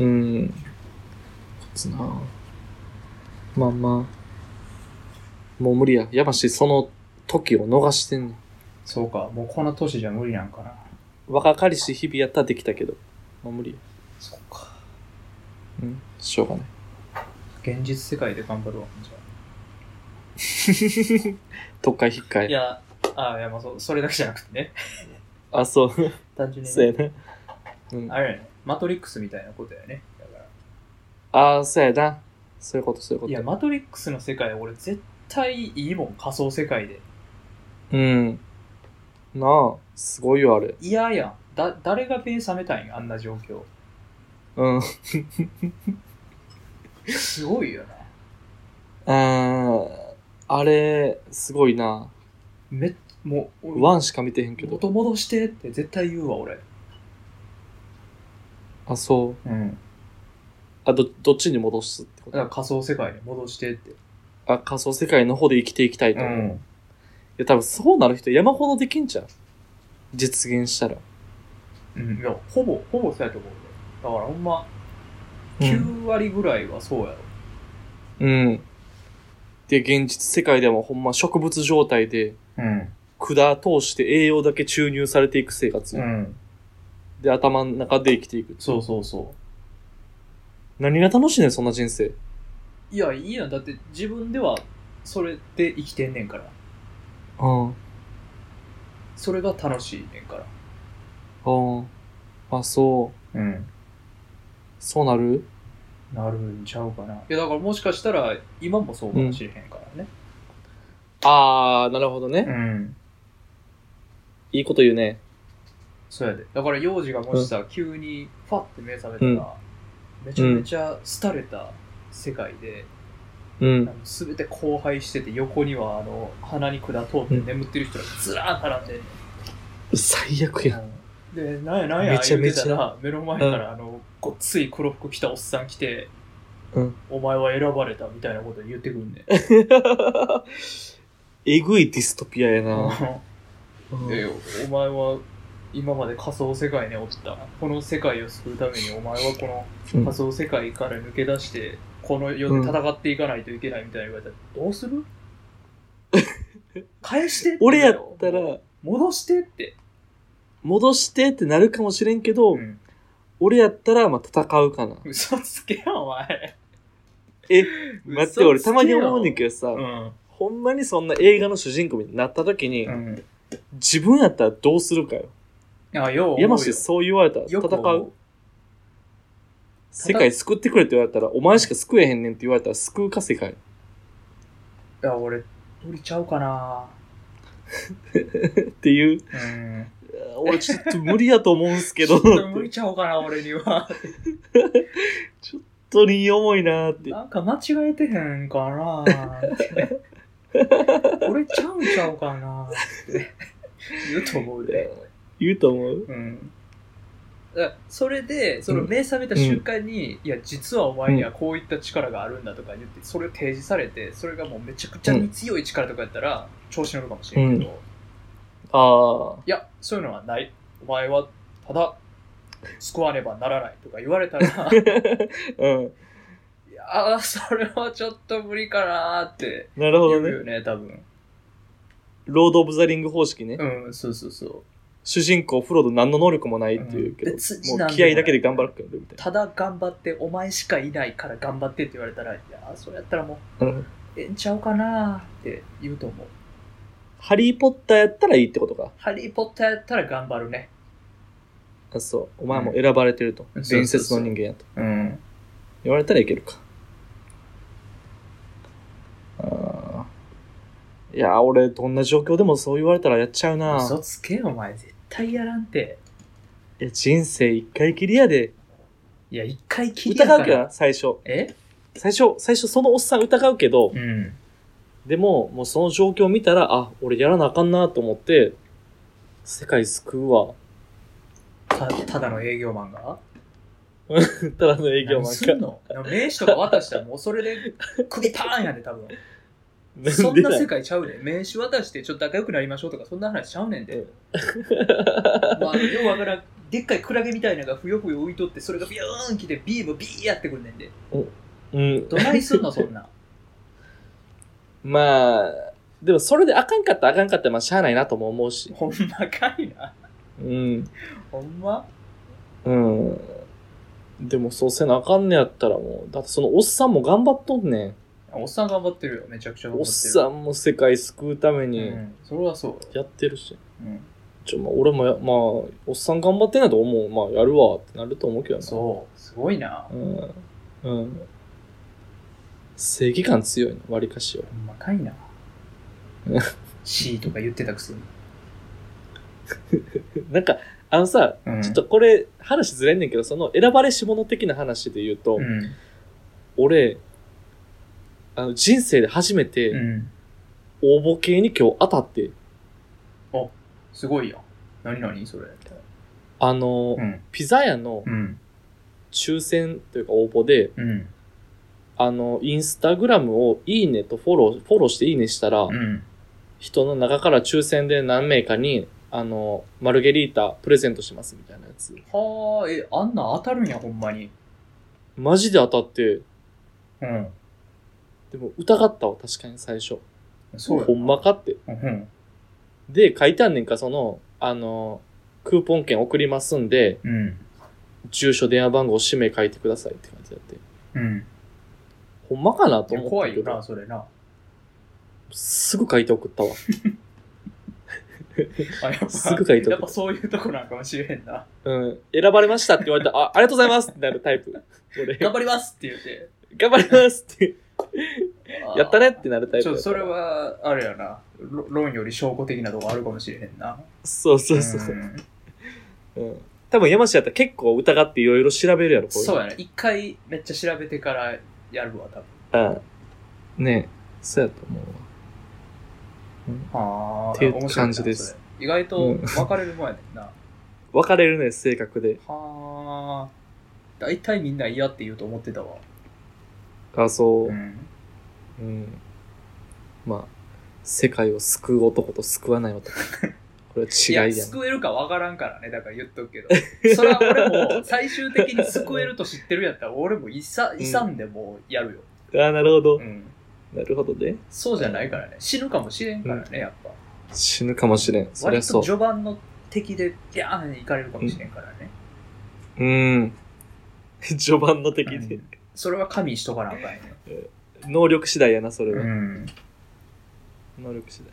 [SPEAKER 2] うん。こっちなまあまあ。もう無理や。やばし、その時を逃してんねん
[SPEAKER 1] そうかもうこの年じゃ無理なんかな
[SPEAKER 2] 若かりし日々やったらできたけど。もう無理や。
[SPEAKER 1] そうか
[SPEAKER 2] うん。しょ うがない。
[SPEAKER 1] 現実世界で頑張るわじゃ
[SPEAKER 2] 都会引っか
[SPEAKER 1] あい
[SPEAKER 2] え。
[SPEAKER 1] やあいやまあそうそれだけじゃなくてね
[SPEAKER 2] あ、そう。
[SPEAKER 1] 単純に、
[SPEAKER 2] そう
[SPEAKER 1] ね、
[SPEAKER 2] やな。うん。
[SPEAKER 1] あれやねマトリックスみたいなことやねだから
[SPEAKER 2] ああ、そうやな。そういうこと、そういうこと。
[SPEAKER 1] いやマトリックスの世界俺絶対いいもん仮想世界で
[SPEAKER 2] うん。なあ、すごいよ、あれ。
[SPEAKER 1] いやいやだ誰が目覚めたいんあんな状況
[SPEAKER 2] うん。
[SPEAKER 1] すごいよな
[SPEAKER 2] あーあれ、すごいな。
[SPEAKER 1] めもう、俺
[SPEAKER 2] ワンしか見てへんけど。
[SPEAKER 1] 元戻してって絶対言うわ、俺。
[SPEAKER 2] あ、そう。
[SPEAKER 1] うん。
[SPEAKER 2] あ、ど、どっちに戻すってこ
[SPEAKER 1] だから
[SPEAKER 2] と
[SPEAKER 1] 仮想世界に戻してって。
[SPEAKER 2] あ、仮想世界の方で生きていきたいと。い
[SPEAKER 1] ん。
[SPEAKER 2] や、多分そうなる人山ほどできんじゃん。実現したら。
[SPEAKER 1] うん。いや、ほぼ、ほぼそうやと思うね。だからほんま、9割ぐらいはそうやろ。
[SPEAKER 2] うん。で、現実世界でもほんま植物状態で、
[SPEAKER 1] うん。
[SPEAKER 2] 管通して栄養だけ注入されていく生活。
[SPEAKER 1] ん。
[SPEAKER 2] で、頭の中で生きていく。
[SPEAKER 1] そうそうそ
[SPEAKER 2] 何が楽しいねん、そんな人生。
[SPEAKER 1] う。いや、いいやん。だって自分ではそれで生きてんねんから。
[SPEAKER 2] うん。
[SPEAKER 1] それが楽しいねんから。
[SPEAKER 2] うん。あ、そう。
[SPEAKER 1] うん。
[SPEAKER 2] そうなる
[SPEAKER 1] なるんちゃうかな。いや、だからもしかしたら今もそうかもしれへんからね。
[SPEAKER 2] あー、なるほどね。
[SPEAKER 1] ん。
[SPEAKER 2] いいこと言うね。
[SPEAKER 1] そうやで。だから、幼児がもしさ、急にファって目覚めたら、めちゃめちゃ廃れた世界で、
[SPEAKER 2] う
[SPEAKER 1] あ
[SPEAKER 2] ん
[SPEAKER 1] の。全て荒廃してて、横には、あの、鼻に管通って眠ってる人がずらー並んでんね
[SPEAKER 2] 最悪 や。
[SPEAKER 1] んで、なんやなんや
[SPEAKER 2] めちゃめちゃ
[SPEAKER 1] 言うてたら、目の前から、あの、ごっつい黒服着たおっさん来て、
[SPEAKER 2] うん
[SPEAKER 1] お前は選ばれたみたいなこと言ってくんねん。
[SPEAKER 2] えぐいディストピアやな。うん
[SPEAKER 1] えお前は今まで仮想世界におったこの世界を救うためにお前はこの
[SPEAKER 2] うん
[SPEAKER 1] 仮想世界から抜け出してこの世で戦っていかないといけないみたいな言われたら、どうす る返してって
[SPEAKER 2] 俺やったら、
[SPEAKER 1] 戻してって、
[SPEAKER 2] 戻してってなるかもしれんけど、
[SPEAKER 1] うん、
[SPEAKER 2] 俺やったら、まあ、戦うかな。
[SPEAKER 1] 嘘つけよお前
[SPEAKER 2] え
[SPEAKER 1] 嘘
[SPEAKER 2] 待って、俺
[SPEAKER 1] つ
[SPEAKER 2] たまに思うねんけどさ、
[SPEAKER 1] うん
[SPEAKER 2] ほんまにそんな映画の主人公になった時に、
[SPEAKER 1] うん
[SPEAKER 2] 自分やったらどうするかよ。
[SPEAKER 1] あよう思うよ
[SPEAKER 2] 山師そう言われたら、戦
[SPEAKER 1] よく思
[SPEAKER 2] う。世界救ってくれって言われたら、お前しか救えへんねんって言われたら、救うか世界。
[SPEAKER 1] いや俺無理ちゃうかな
[SPEAKER 2] っていう、
[SPEAKER 1] うん
[SPEAKER 2] 俺ちょっと無理やと思うんすけど、
[SPEAKER 1] ちょっと
[SPEAKER 2] 本
[SPEAKER 1] 無理ちゃうかな俺には
[SPEAKER 2] 当に重いなーって。
[SPEAKER 1] なんか間違えてへんかな 俺ちゃうんちゃうかなって言うと思うで。
[SPEAKER 2] 言うと思う
[SPEAKER 1] うん。だそれで、その目覚めた瞬間に、いや、実はお前にはこういった力があるんだとか言って、それを提示されて、それがもうめちゃくちゃに強い力とかやったら、調子乗るかもしれんけど、い
[SPEAKER 2] ああ。
[SPEAKER 1] や、そういうのはない。お前はただ、救わねばならないとか言われた ら、
[SPEAKER 2] うん。
[SPEAKER 1] いやー、それはちょっと無理かなーって
[SPEAKER 2] なるほ
[SPEAKER 1] 言
[SPEAKER 2] ど
[SPEAKER 1] う
[SPEAKER 2] ね。
[SPEAKER 1] よね、多分。
[SPEAKER 2] ロード・オブ・ザ・リング方式ね。
[SPEAKER 1] うん、そうそうそう。
[SPEAKER 2] 主人公フロード何の能力もないっていうけど、
[SPEAKER 1] うん別に
[SPEAKER 2] も
[SPEAKER 1] なんで
[SPEAKER 2] う
[SPEAKER 1] も
[SPEAKER 2] 気合だけで頑張るからみたい
[SPEAKER 1] ただ頑張って、お前しかいないから頑張ってって言われたら、いやー、それやったらもう、
[SPEAKER 2] な。うん
[SPEAKER 1] ええんちゃうかなーって言うと思う。
[SPEAKER 2] ハリー・ポッターやったらいいってことか。
[SPEAKER 1] ハリー・ポッターやったら頑張るね。
[SPEAKER 2] あそう。お前も選ばれてると。
[SPEAKER 1] うん
[SPEAKER 2] 伝説の人間やと。
[SPEAKER 1] うん。
[SPEAKER 2] 言われたらいけるか。あーいや、俺、どんな状況でもそう言われたらやっちゃうな。
[SPEAKER 1] 嘘つけよ、お前。絶対やらんて。
[SPEAKER 2] いや、人生一回きりやで。
[SPEAKER 1] いや、一回聞いて
[SPEAKER 2] 疑うけどな、最初。
[SPEAKER 1] え
[SPEAKER 2] 最初、最初そのおっさん疑うけど、
[SPEAKER 1] うん。
[SPEAKER 2] でも、もうその状況を見たら、あ、俺やらなあかんなと思って、世界救うわ。
[SPEAKER 1] たただの営業マンが
[SPEAKER 2] ただの営
[SPEAKER 1] 営
[SPEAKER 2] 業マ
[SPEAKER 1] すん
[SPEAKER 2] ンか。
[SPEAKER 1] の名刺とか渡したらもうそれで首パーンやで、多分。
[SPEAKER 2] な
[SPEAKER 1] そ
[SPEAKER 2] ん
[SPEAKER 1] ん
[SPEAKER 2] で
[SPEAKER 1] な
[SPEAKER 2] だ
[SPEAKER 1] 世
[SPEAKER 2] よ
[SPEAKER 1] 界ちゃうねん。名刺渡してちょっと仲良くなりましょうとか、そんな話ちゃうねんで。まあ、ようわからん、でっかいクラゲみたいなのがふよふよ浮いとって、それがビューン来て、ビームビーやってくんねんで。
[SPEAKER 2] うん。
[SPEAKER 1] どないすんの、そん なん。
[SPEAKER 2] まあ、でもそれであかんかったらあかんかったら、まあしゃあないなとも思うし。
[SPEAKER 1] ほんまかいな。
[SPEAKER 2] うん。
[SPEAKER 1] ほんま
[SPEAKER 2] うん。でもそうせなあかんねやったらもう、だってそのおっさんも頑張っとんねん。
[SPEAKER 1] おっさん頑張ってるよ、めちゃくちゃ頑張
[SPEAKER 2] お
[SPEAKER 1] ってる。
[SPEAKER 2] っさんも世界救うため
[SPEAKER 1] う
[SPEAKER 2] に
[SPEAKER 1] ん。それはそう。
[SPEAKER 2] やってるし。
[SPEAKER 1] うん、
[SPEAKER 2] ちょ、まあ俺もや、まあ、おっさん頑張ってんやと思う。まあやるわってなると思うけどな。
[SPEAKER 1] そう、すごいな。
[SPEAKER 2] うんうん正義感強いな、割かしは。
[SPEAKER 1] ほんまか いな
[SPEAKER 2] うん。
[SPEAKER 1] C とか言ってたくせに。
[SPEAKER 2] なんか、あのさ、
[SPEAKER 1] うん、
[SPEAKER 2] ちょっとこれ、話ずれんねんけど、その選ばれし者的な話で言うと、
[SPEAKER 1] うん。
[SPEAKER 2] 俺、あの人生で初め
[SPEAKER 1] う
[SPEAKER 2] て
[SPEAKER 1] ん。
[SPEAKER 2] 応募系に今日当たって、
[SPEAKER 1] すごいよ。何何それ。
[SPEAKER 2] あの、
[SPEAKER 1] うん。
[SPEAKER 2] ピザ屋の
[SPEAKER 1] うん。
[SPEAKER 2] 抽選というか応募で、
[SPEAKER 1] うん。
[SPEAKER 2] あの、インスタグラムをいいねとフォロー、フォローしていいねしたら、
[SPEAKER 1] うん。
[SPEAKER 2] 人の中から抽選で何名かに、あの、マルゲリータプレゼントしますみたいなやつ。
[SPEAKER 1] はあ、え、あんなん当たるんや、ほんまに。
[SPEAKER 2] マジで当たって、
[SPEAKER 1] うん。
[SPEAKER 2] でも疑ったわ、確かに最初。
[SPEAKER 1] そうや
[SPEAKER 2] ほんまかって。
[SPEAKER 1] うん。
[SPEAKER 2] で、書いてあんねんか、その、あの、クーポン券送りますんで、
[SPEAKER 1] うん。
[SPEAKER 2] 住所、電話番号、氏名書いてくださいって感じだって。
[SPEAKER 1] うん。
[SPEAKER 2] ほんまかな
[SPEAKER 1] い
[SPEAKER 2] と
[SPEAKER 1] や
[SPEAKER 2] 思っ
[SPEAKER 1] 怖
[SPEAKER 2] た
[SPEAKER 1] い
[SPEAKER 2] け
[SPEAKER 1] よ
[SPEAKER 2] ど
[SPEAKER 1] な、、それな。
[SPEAKER 2] すぐ書いて送ったわ。
[SPEAKER 1] あ、やっぱ、
[SPEAKER 2] すぐ書いとく
[SPEAKER 1] やっぱそういうとこなんかもしれんな。
[SPEAKER 2] うん、選ばれましたって言われたら、あ、ありがとうございますってなるタイプ。 俺、
[SPEAKER 1] 頑張りますって言って。
[SPEAKER 2] 頑張りますって、
[SPEAKER 1] あー
[SPEAKER 2] やったねってなるタイ
[SPEAKER 1] ち
[SPEAKER 2] プだ
[SPEAKER 1] ょ
[SPEAKER 2] から。
[SPEAKER 1] それは、あれやな。ろ論より証拠的なとこあるかもしれへんな。
[SPEAKER 2] そうそうそう。
[SPEAKER 1] ん
[SPEAKER 2] うん。多分山下やったら結構疑っていろいろ調べるやろ、こういうの
[SPEAKER 1] そうやな。一回めっちゃ調べてからやるわ、多分。
[SPEAKER 2] うん。ねえ、そうやと思うわ。
[SPEAKER 1] ああ、
[SPEAKER 2] っていう
[SPEAKER 1] 面白な
[SPEAKER 2] 感じです。
[SPEAKER 1] それ意外と
[SPEAKER 2] うん
[SPEAKER 1] 分かれるもんやねんな。
[SPEAKER 2] 分かれるね、性格で。
[SPEAKER 1] はあ。大体みんな嫌って言うと思ってたわ。
[SPEAKER 2] あ、そうう。
[SPEAKER 1] ん。
[SPEAKER 2] うん。まあ、世界を救う男と救わな い男。これ
[SPEAKER 1] い
[SPEAKER 2] は
[SPEAKER 1] や、
[SPEAKER 2] 違いやん。
[SPEAKER 1] 救えるか分からんからね、だから言っとくけど。それは俺も最終的に救えると知ってるやったら、俺もいさいさんでもやるよ、
[SPEAKER 2] ああ、なるほど
[SPEAKER 1] う。ん。
[SPEAKER 2] なるほどね。
[SPEAKER 1] そうじゃないからね。死ぬかもしれんからね、やっぱ。
[SPEAKER 2] 死ぬかもしれん。そりゃ
[SPEAKER 1] 割
[SPEAKER 2] そ
[SPEAKER 1] と
[SPEAKER 2] う。
[SPEAKER 1] 序盤の敵でギャーン行かれるかもしれんからね。
[SPEAKER 2] うん。 序盤の敵で
[SPEAKER 1] う。んそれは加味しとかなあかんよ。
[SPEAKER 2] 能力次第やな、それは。
[SPEAKER 1] ん。
[SPEAKER 2] 能力次第。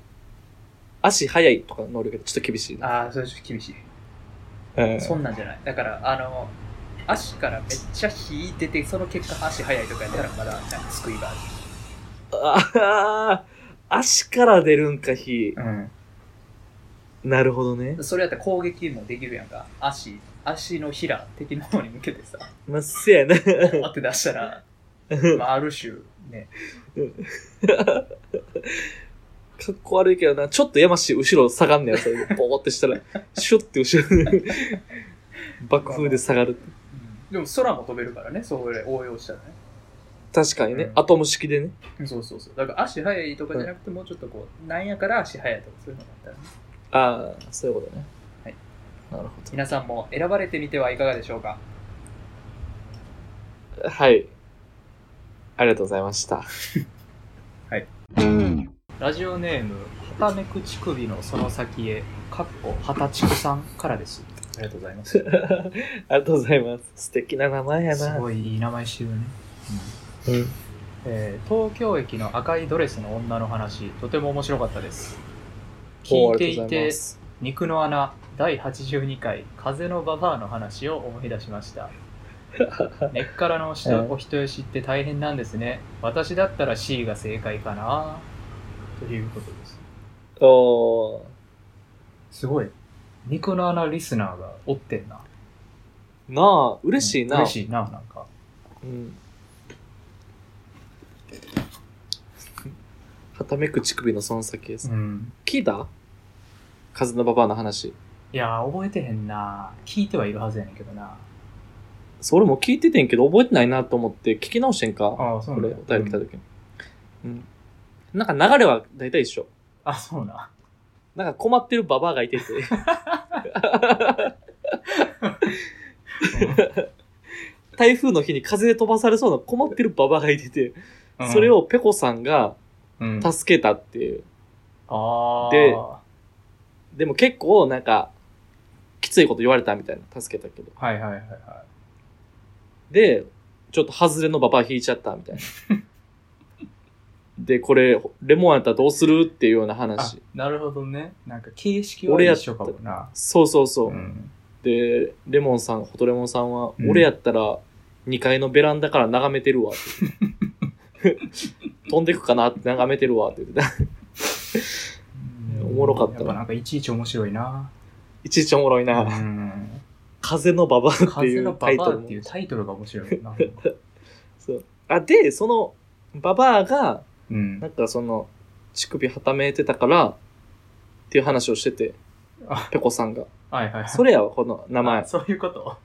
[SPEAKER 2] 足速いとかの能力でちょっと厳しいな。
[SPEAKER 1] ああ、それちょっと厳しい。
[SPEAKER 2] うん
[SPEAKER 1] そんなんじゃない。だから、あの、足からめっちゃ引いてて、その結果足速いとかやったらまだ、なんか救いがあ
[SPEAKER 2] ああ、足から出るんか、火。
[SPEAKER 1] る。
[SPEAKER 2] なるほどね
[SPEAKER 1] う。ん。それやったら攻撃もできるやんか。足、足のひら、敵の方に向けてさ、
[SPEAKER 2] まっせやな。
[SPEAKER 1] パって出したら、まあ、ある種、ね。
[SPEAKER 2] かっこ悪いけどな。ちょっと山氏後ろ下がんねや、それ。ボーってしたら、シュッて後ろに爆風で下がる。
[SPEAKER 1] でも空も飛べるからね、それ応用したらね。
[SPEAKER 2] 確かにね
[SPEAKER 1] う、ん
[SPEAKER 2] アトム式でね。
[SPEAKER 1] そうそうそう。だから足速いとかじゃなくて、もうちょっとこう、なんやから足速いとかそういうのがあったらね。
[SPEAKER 2] ああ、そういうことね。
[SPEAKER 1] はい。
[SPEAKER 2] なるほ
[SPEAKER 1] 皆さんも選ばれてみてはいかがでしょうか。
[SPEAKER 2] ど。はい。ありがとうござい ました。
[SPEAKER 1] ラジオネーム、はためく乳首のその先へ、かっこ、はたちくさんからです。ありがとうございます。
[SPEAKER 2] ありがとうございます。素敵な名前や
[SPEAKER 1] す
[SPEAKER 2] な。
[SPEAKER 1] ごいいい名前してるね、
[SPEAKER 2] うん
[SPEAKER 1] えー東京駅の赤いドレスの女の話、とても面白かったです。
[SPEAKER 2] お
[SPEAKER 1] 聞
[SPEAKER 2] ー
[SPEAKER 1] い
[SPEAKER 2] あ
[SPEAKER 1] て
[SPEAKER 2] りが
[SPEAKER 1] い
[SPEAKER 2] とうござ
[SPEAKER 1] て、
[SPEAKER 2] ます
[SPEAKER 1] 肉の穴第82回風のババアの話を思い出しました 根っからの下お人よしって大変なんですね私だったら C が正解かなということです
[SPEAKER 2] おー
[SPEAKER 1] すごい肉の穴リスナーがおってんな
[SPEAKER 2] なあ、嬉しいな。
[SPEAKER 1] 嬉しいななんか
[SPEAKER 2] うん。はためく乳首のその先です。
[SPEAKER 1] うん
[SPEAKER 2] 聞いた風のババアの話。
[SPEAKER 1] いやー覚えてへんな聞いてはいるはずやねんけどな
[SPEAKER 2] そう、俺も聞いててんけど、覚えてないなと思って聞き直してんか。
[SPEAKER 1] ああそ
[SPEAKER 2] こ
[SPEAKER 1] うな
[SPEAKER 2] れ、
[SPEAKER 1] ん
[SPEAKER 2] お
[SPEAKER 1] だ
[SPEAKER 2] 便り来た
[SPEAKER 1] うん
[SPEAKER 2] 時に。うん。なんか流れは大体一緒。
[SPEAKER 1] あそう な
[SPEAKER 2] なんか困ってるババアが いてて。台風の日に風で飛ばされそうな困ってるババアがいてて、
[SPEAKER 1] うん
[SPEAKER 2] それをペコさんが
[SPEAKER 1] うん
[SPEAKER 2] 助けたっていう。
[SPEAKER 1] ああ
[SPEAKER 2] ででも結構なんか、きついこと言われたみたいな、助けたけど。
[SPEAKER 1] はいはいはいは
[SPEAKER 2] で、ちょっと外れのババア引いちゃったみたいな。 で、これ、レモンやったらどうするっていうようない話。
[SPEAKER 1] なるほどねなんか形式
[SPEAKER 2] 俺や
[SPEAKER 1] は
[SPEAKER 2] っ
[SPEAKER 1] 一緒かもな
[SPEAKER 2] そうそうそう。
[SPEAKER 1] うん
[SPEAKER 2] で、レモンさん、ホトレモンさんは、
[SPEAKER 1] うん
[SPEAKER 2] 俺やったら2階のベランダから眺め てるわって。飛んでくかなって眺めてるわって言ってた。
[SPEAKER 1] うん
[SPEAKER 2] おもろかった
[SPEAKER 1] や
[SPEAKER 2] な
[SPEAKER 1] っぱなんかいちいち面白いな。
[SPEAKER 2] いちいちおもろいな。
[SPEAKER 1] うん
[SPEAKER 2] 風のババアって
[SPEAKER 1] 風
[SPEAKER 2] い
[SPEAKER 1] の
[SPEAKER 2] う
[SPEAKER 1] バ
[SPEAKER 2] タイ
[SPEAKER 1] バ
[SPEAKER 2] ト
[SPEAKER 1] ア
[SPEAKER 2] ル
[SPEAKER 1] っ
[SPEAKER 2] も
[SPEAKER 1] ていうタイトルが面白いな。
[SPEAKER 2] そうあで、その、ババアが、
[SPEAKER 1] うん
[SPEAKER 2] なんかその、乳首はためいてたから、っていう話をしてて、
[SPEAKER 1] あ
[SPEAKER 2] ペコさんが。
[SPEAKER 1] はいはいはい。
[SPEAKER 2] それやわ、この名
[SPEAKER 1] あ
[SPEAKER 2] 前。
[SPEAKER 1] そういうこと。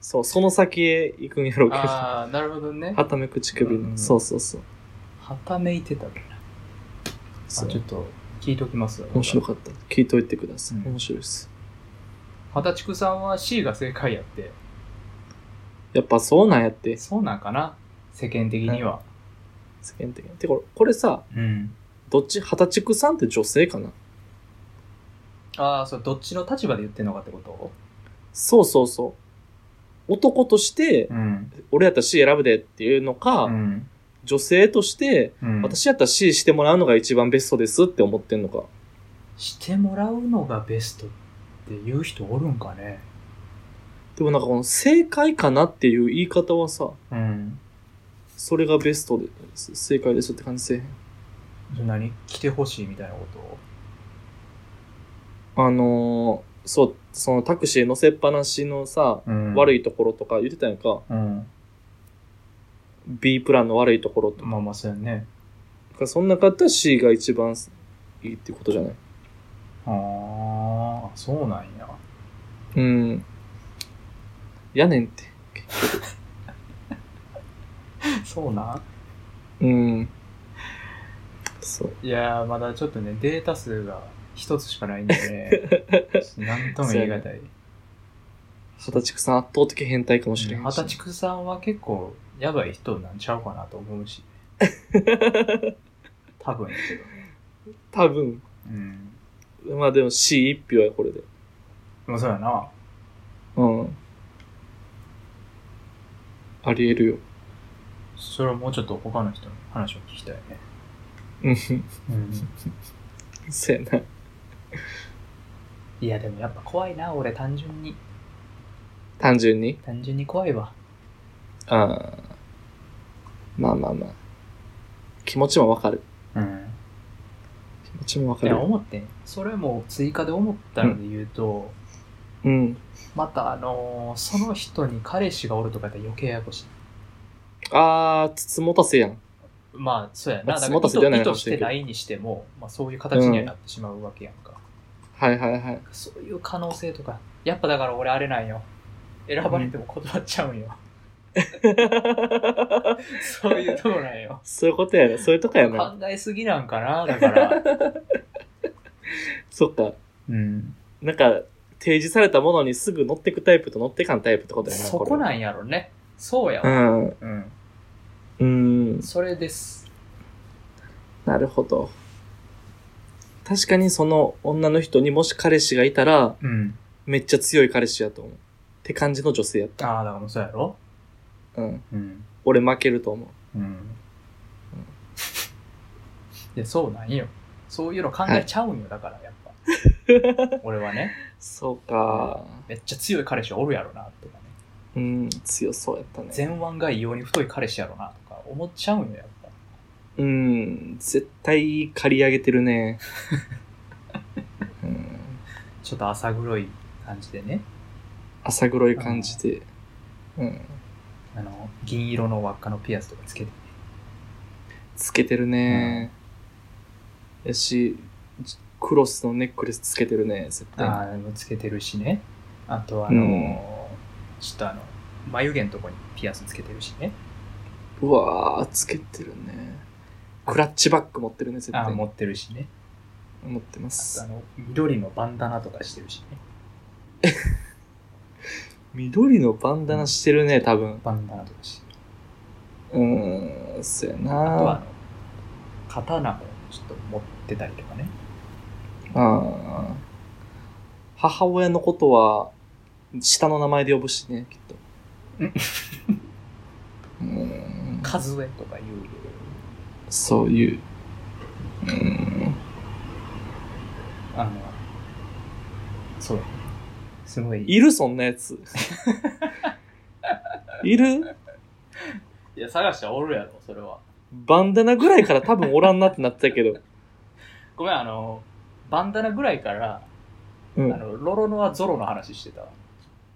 [SPEAKER 2] そう、その先へ行くんやろうけど。は
[SPEAKER 1] ああ、なるほどね。
[SPEAKER 2] ため口首
[SPEAKER 1] うん
[SPEAKER 2] の。そうそうそう。
[SPEAKER 1] はためいてたっけな。
[SPEAKER 2] そ
[SPEAKER 1] あちょっ
[SPEAKER 2] う
[SPEAKER 1] と聞いときます。
[SPEAKER 2] 面白かった。聞いといてください。
[SPEAKER 1] うん
[SPEAKER 2] 面白いです。
[SPEAKER 1] はたちくさんは C が正解やって。
[SPEAKER 2] やっぱそうなんやって、
[SPEAKER 1] そうなんかな世間的には。
[SPEAKER 2] 世間的に。てか、これさ、
[SPEAKER 1] うん。
[SPEAKER 2] どっち、はたちくさんって女性かな
[SPEAKER 1] ああ、そう、どっちの立場で言ってんのかってこと
[SPEAKER 2] そうそうそう。男として、
[SPEAKER 1] ん。
[SPEAKER 2] 俺やったら C 選ぶでっていうのか、
[SPEAKER 1] うん。
[SPEAKER 2] 女性として、
[SPEAKER 1] うん、
[SPEAKER 2] 私やったら C してもらうのが一番ベストですって思ってんのか。
[SPEAKER 1] してもらうのがベストって言う人おるんかね
[SPEAKER 2] でもなんかこの正解かなっていう言い方はさ、
[SPEAKER 1] うん。
[SPEAKER 2] それがベストです。正解ですって感じせえへん。
[SPEAKER 1] それ何来てほしいみたいなこと
[SPEAKER 2] あのー、そう、そのタクシー乗せっぱなしのさ、
[SPEAKER 1] うん
[SPEAKER 2] 悪
[SPEAKER 1] い。
[SPEAKER 2] いところとか言ってたやんか。
[SPEAKER 1] うん。
[SPEAKER 2] B プランの悪いところとか。
[SPEAKER 1] まあまあ、そうやね。
[SPEAKER 2] そんな方は C が一番いいってことじゃない
[SPEAKER 1] ああ、そうなんや。
[SPEAKER 2] うん。やねんって。
[SPEAKER 1] そうなん
[SPEAKER 2] うん。そう。
[SPEAKER 1] いやー、まだちょっとね、データ数が一つしかないん でね。なんとも言い難い。
[SPEAKER 2] はたちくさん圧倒的変態かもしれんし。
[SPEAKER 1] はたちくさんは結構やばい人なんちゃうかなと思う し。多分やけど。
[SPEAKER 2] 多分。
[SPEAKER 1] うん。
[SPEAKER 2] まあでも C 一票や、これで。
[SPEAKER 1] でもそうやな。
[SPEAKER 2] うん。ありえるよ。
[SPEAKER 1] それはもうちょっと他の人の話を聞きたいね。
[SPEAKER 2] うん。
[SPEAKER 1] うん。
[SPEAKER 2] せやな。
[SPEAKER 1] いや、でもやっぱ怖いな、俺、単純に。
[SPEAKER 2] 単純に。
[SPEAKER 1] 単純に怖いわ。
[SPEAKER 2] ああ。まあまあまあ。気持ちもわかる。
[SPEAKER 1] うん。
[SPEAKER 2] 気持ちもわか
[SPEAKER 1] い
[SPEAKER 2] る
[SPEAKER 1] や、。思ってんそれも追加で思ったので言うと、
[SPEAKER 2] うん。
[SPEAKER 1] また、あのーその人に彼氏がおるとかって余計ややこしい。
[SPEAKER 2] ああ、つつもたせやん。
[SPEAKER 1] まあ、そうやな。
[SPEAKER 2] まあ
[SPEAKER 1] だか
[SPEAKER 2] 持
[SPEAKER 1] ら
[SPEAKER 2] た
[SPEAKER 1] 意
[SPEAKER 2] せて
[SPEAKER 1] 図
[SPEAKER 2] はない
[SPEAKER 1] 意
[SPEAKER 2] かも
[SPEAKER 1] 図し
[SPEAKER 2] し
[SPEAKER 1] て
[SPEAKER 2] れんけど
[SPEAKER 1] ないにしても、まあ、そういう形にはなってしまうわけやんか。
[SPEAKER 2] はいはいはい。
[SPEAKER 1] そういう可能性とか。やっぱだから俺あれなんよ。選ばれても断っちゃうんよ。そういうとこなんよ。
[SPEAKER 2] そういうことやな。そういうとこやな。
[SPEAKER 1] 考えすぎなんかな、だから。
[SPEAKER 2] そっか。
[SPEAKER 1] うん。
[SPEAKER 2] なんか、提示されたものにすぐ乗ってくタイプと乗ってかんタイプってことやな。
[SPEAKER 1] そこなんんやろね。そうや
[SPEAKER 2] う
[SPEAKER 1] わ。
[SPEAKER 2] ん。
[SPEAKER 1] うん。
[SPEAKER 2] うん。
[SPEAKER 1] それです。
[SPEAKER 2] なるほど。確かにその女の人にもし彼氏がいたら、
[SPEAKER 1] うん。
[SPEAKER 2] めっちゃ強い彼氏やと思う。って感じの女性やっ
[SPEAKER 1] あ
[SPEAKER 2] た。
[SPEAKER 1] あ、だからもうそうやろ。
[SPEAKER 2] うん。
[SPEAKER 1] うん。
[SPEAKER 2] 俺負けると思う。
[SPEAKER 1] うん。いや、そうなんよ。そういうの考えちゃうんよ、だから、やっぱ。 俺はね。
[SPEAKER 2] そうか。
[SPEAKER 1] めっちゃ強い彼氏おるやろなとかね
[SPEAKER 2] うん、強そうやったね。
[SPEAKER 1] 前腕が異様に太い彼氏やろなとか思っちゃうんよやっぱ
[SPEAKER 2] うん、絶対借り上げて るね。うん、
[SPEAKER 1] ちょっと浅黒い感じでね
[SPEAKER 2] 浅黒い感じで。うん、
[SPEAKER 1] あの銀色の輪っかのピアスとかつけて
[SPEAKER 2] つけてるね。やし、クロスのネックレスつけてるね、絶対。
[SPEAKER 1] あーつけてるしねあとあのーちょっとあの眉毛のとこにピアスつけてるしね
[SPEAKER 2] うわー、つけてるね。クラッチバッグ持ってるね、絶
[SPEAKER 1] あ
[SPEAKER 2] 対。
[SPEAKER 1] ー持ってるしね
[SPEAKER 2] 持ってま
[SPEAKER 1] あとあ
[SPEAKER 2] す。
[SPEAKER 1] の緑のバンダナとかしてるしね
[SPEAKER 2] 緑のバンダナしてるね、多分。
[SPEAKER 1] バンダナとかしてる
[SPEAKER 2] うーん、そうや
[SPEAKER 1] あとはあ
[SPEAKER 2] な。
[SPEAKER 1] の刀もちょっと持ってたりとかね
[SPEAKER 2] あー母親のことは、下の名前で呼ぶしね、きっと。うーん、
[SPEAKER 1] 数えとかいう
[SPEAKER 2] そういう。うーん、
[SPEAKER 1] あの、そう。すごい。
[SPEAKER 2] いる、そんなやつ。 いる
[SPEAKER 1] いや、探したらおるやろ、それは。
[SPEAKER 2] バンダナぐらいから多分おらんなってなってたけど。
[SPEAKER 1] ごめん、あの、バンダナぐらいから、
[SPEAKER 2] う
[SPEAKER 1] あ
[SPEAKER 2] ん。
[SPEAKER 1] の、ロロノア・ゾロの話してたわ。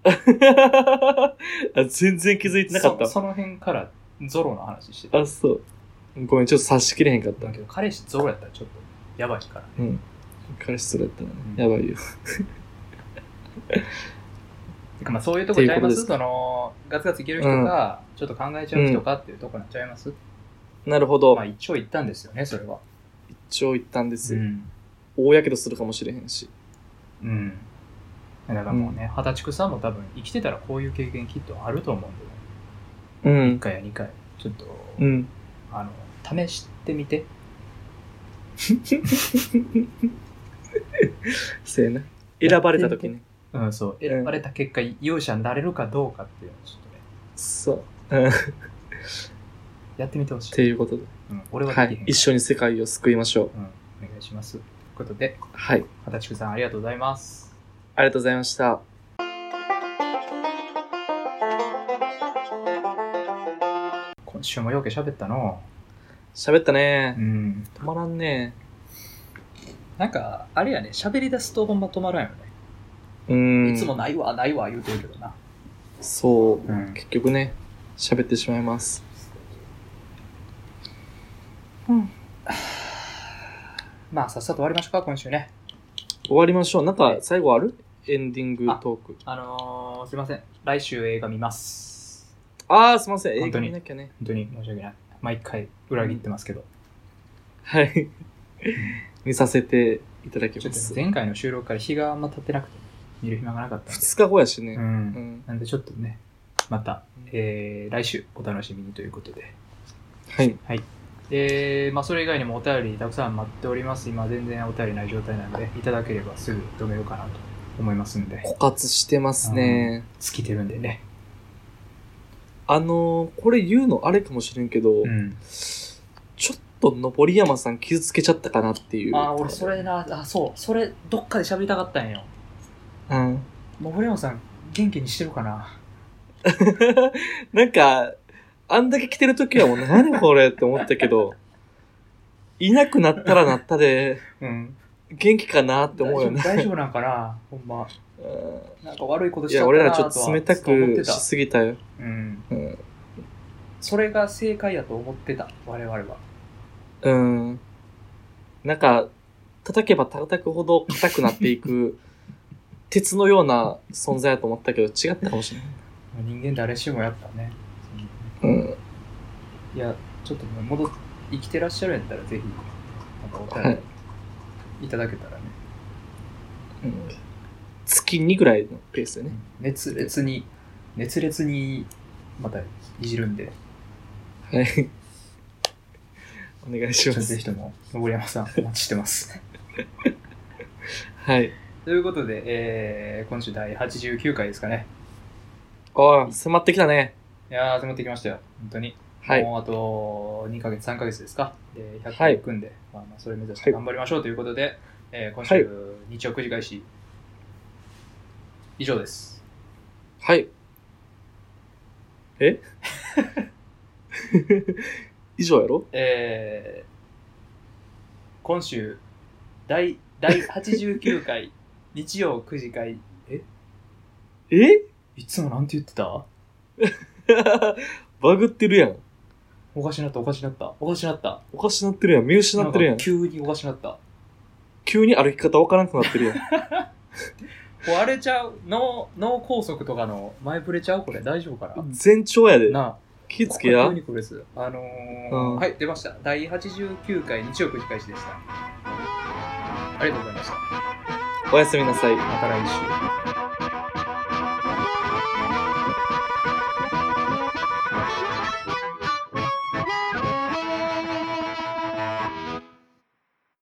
[SPEAKER 2] あ全然気づいてなかった
[SPEAKER 1] そ。その辺からゾロの話してた。
[SPEAKER 2] あ、そう。ごめん、ちょっと察しきれへんかった
[SPEAKER 1] だ。けど、彼氏ゾロやったらちょっと、やばいから。
[SPEAKER 2] 彼氏それやったらね
[SPEAKER 1] うん
[SPEAKER 2] やばいよ。
[SPEAKER 1] てかまあそういうとこちゃいますその、ガツガツいける人か、ちょっと考えちゃう人かっていうとこになっちゃいます、
[SPEAKER 2] なるほど。
[SPEAKER 1] まあ一応言ったんですよね、それは。
[SPEAKER 2] 一応言ったんです。
[SPEAKER 1] ん。
[SPEAKER 2] 大やけどするかもしれへんし。
[SPEAKER 1] うん。だからもうね、二十歳くさんも多分生きてたらこういう経験きっとあると思うんで、
[SPEAKER 2] う
[SPEAKER 1] 1
[SPEAKER 2] ん。
[SPEAKER 1] 回や2回、ちょっと、
[SPEAKER 2] うん。
[SPEAKER 1] あの、試してみて。
[SPEAKER 2] せやな。選ばれた時ね。
[SPEAKER 1] うん、そう。選ばれた結果、勇者になれるかどうかっていうのをちょっとね、
[SPEAKER 2] そう。 うんっ
[SPEAKER 1] やってみてほしい。
[SPEAKER 2] ていうことで。
[SPEAKER 1] うん、俺は
[SPEAKER 2] は
[SPEAKER 1] できへんか。ら
[SPEAKER 2] い一緒に世界を救いましょう。
[SPEAKER 1] うん、お願いします。ということで、
[SPEAKER 2] はい。
[SPEAKER 1] 足立くさんありがとうございます。
[SPEAKER 2] ありがとうございました。
[SPEAKER 1] 今週もようけ喋ったの
[SPEAKER 2] 喋ったね
[SPEAKER 1] う。ん。
[SPEAKER 2] 止まらんね。
[SPEAKER 1] なんか、あれやね、喋り出すとほんま止まらんよね。
[SPEAKER 2] うん。
[SPEAKER 1] いつもないわ、ないわ言うてるけどな。
[SPEAKER 2] そう。
[SPEAKER 1] うん。
[SPEAKER 2] 結局ね、喋ってしまいます。うん。
[SPEAKER 1] まあ、さっさと終わりましょうか、今週ね。
[SPEAKER 2] 終わりましょう。なんか、最後あるエンディングトーク。
[SPEAKER 1] あのー、すいません。来週映画見ます。
[SPEAKER 2] あー、すいません。映
[SPEAKER 1] 本当
[SPEAKER 2] 画
[SPEAKER 1] に
[SPEAKER 2] 見なきゃね。
[SPEAKER 1] 本当に申し訳ない。毎回裏切ってますけど。
[SPEAKER 2] はい。見させていただき
[SPEAKER 1] ちょ
[SPEAKER 2] ま
[SPEAKER 1] っと
[SPEAKER 2] す。
[SPEAKER 1] 前回の収録から日があんま経ってなくて、見る暇がなかったんで。
[SPEAKER 2] 2日後やし
[SPEAKER 1] う。
[SPEAKER 2] ね。うんん。
[SPEAKER 1] なんでちょっとね、また、えー、来週お楽しみにということで。
[SPEAKER 2] はい。
[SPEAKER 1] で、まあ、それ以外にもお便りたくさん待っております。今、全然お便りない状態なので、いただければすぐ読めようかなと思いますんで、
[SPEAKER 2] 枯渇してますね。
[SPEAKER 1] 尽きてるんでね。
[SPEAKER 2] あのー、これ言うのあれかもしれんけど、
[SPEAKER 1] うん。
[SPEAKER 2] ちょっと登山さん傷つけちゃったかなっていう。
[SPEAKER 1] あー、俺、それな、あ、そう、それ、どっかで喋りたかったんよ。
[SPEAKER 2] うん。
[SPEAKER 1] もう、レオンさん、元気にしてるかな
[SPEAKER 2] なんか、あんだけ来てる時はもう何これって思ったけど、いなくなったらなったで、
[SPEAKER 1] うん。
[SPEAKER 2] 元気かなって思うよね。
[SPEAKER 1] 大丈夫大丈夫なんかなほんま。
[SPEAKER 2] う
[SPEAKER 1] なんか悪いこと
[SPEAKER 2] ん
[SPEAKER 1] し
[SPEAKER 2] い
[SPEAKER 1] ちゃ
[SPEAKER 2] や、
[SPEAKER 1] った
[SPEAKER 2] 俺
[SPEAKER 1] な
[SPEAKER 2] ら
[SPEAKER 1] と
[SPEAKER 2] ちょ
[SPEAKER 1] は
[SPEAKER 2] っと冷た
[SPEAKER 1] ずっと思って
[SPEAKER 2] く
[SPEAKER 1] た
[SPEAKER 2] し。すぎたよ。
[SPEAKER 1] うん。
[SPEAKER 2] うん
[SPEAKER 1] それが正解やと思ってた、我々は。
[SPEAKER 2] うん。なんか、叩けば叩くほど硬くなっていく、鉄のような存在だと思ったけど、違ったかもしれない。
[SPEAKER 1] 人間誰しもやったね。
[SPEAKER 2] うん。
[SPEAKER 1] いや、ちょっとね、戻っ生きてらっしゃるんやったら、ぜひ、なんかお
[SPEAKER 2] は
[SPEAKER 1] 便りいただけたらね、
[SPEAKER 2] うん月2ぐらいのペースでね。
[SPEAKER 1] 熱烈に、熱烈に、またいじるんで、
[SPEAKER 2] はい。お願いしま
[SPEAKER 1] ぜ
[SPEAKER 2] す
[SPEAKER 1] ひ。とも、登山さん、お待ちしてます。
[SPEAKER 2] はい。
[SPEAKER 1] ということで、えー、今週第89回ですかね。
[SPEAKER 2] ああ、迫ってきたね。
[SPEAKER 1] いやー、迫ってきましたよ、本当に。
[SPEAKER 2] はい。
[SPEAKER 1] もうあと2ヶ月、3ヶ月ですか。で、100
[SPEAKER 2] は
[SPEAKER 1] 回
[SPEAKER 2] い
[SPEAKER 1] 組んで、まあまあ、それ目指し
[SPEAKER 2] は
[SPEAKER 1] て
[SPEAKER 2] い
[SPEAKER 1] 頑張りましょうということで、えー今
[SPEAKER 2] はい
[SPEAKER 1] 週、日曜9時開始、以上です。
[SPEAKER 2] はい。え 以上やろ
[SPEAKER 1] えー今週第第89回 日曜9時会
[SPEAKER 2] え
[SPEAKER 1] いつもなんて言ってた
[SPEAKER 2] バグってるやん。
[SPEAKER 1] おかしなったおかしなったおかしなった
[SPEAKER 2] おかしなってるやん。見失ってるや
[SPEAKER 1] なん
[SPEAKER 2] ん
[SPEAKER 1] か。急におかしなったこ
[SPEAKER 2] 急に歩き方わからなくなってるやん。
[SPEAKER 1] れあれちゃう脳脳梗塞とかの前触れちゃうこれ大丈夫かな
[SPEAKER 2] 前兆やで。
[SPEAKER 1] なあ
[SPEAKER 2] 気ぃつけや
[SPEAKER 1] 急。にこれですあのー
[SPEAKER 2] うん
[SPEAKER 1] はい出ました第89回日曜9時開始でしたありがとうございました
[SPEAKER 2] おやすみなさい。
[SPEAKER 1] また来週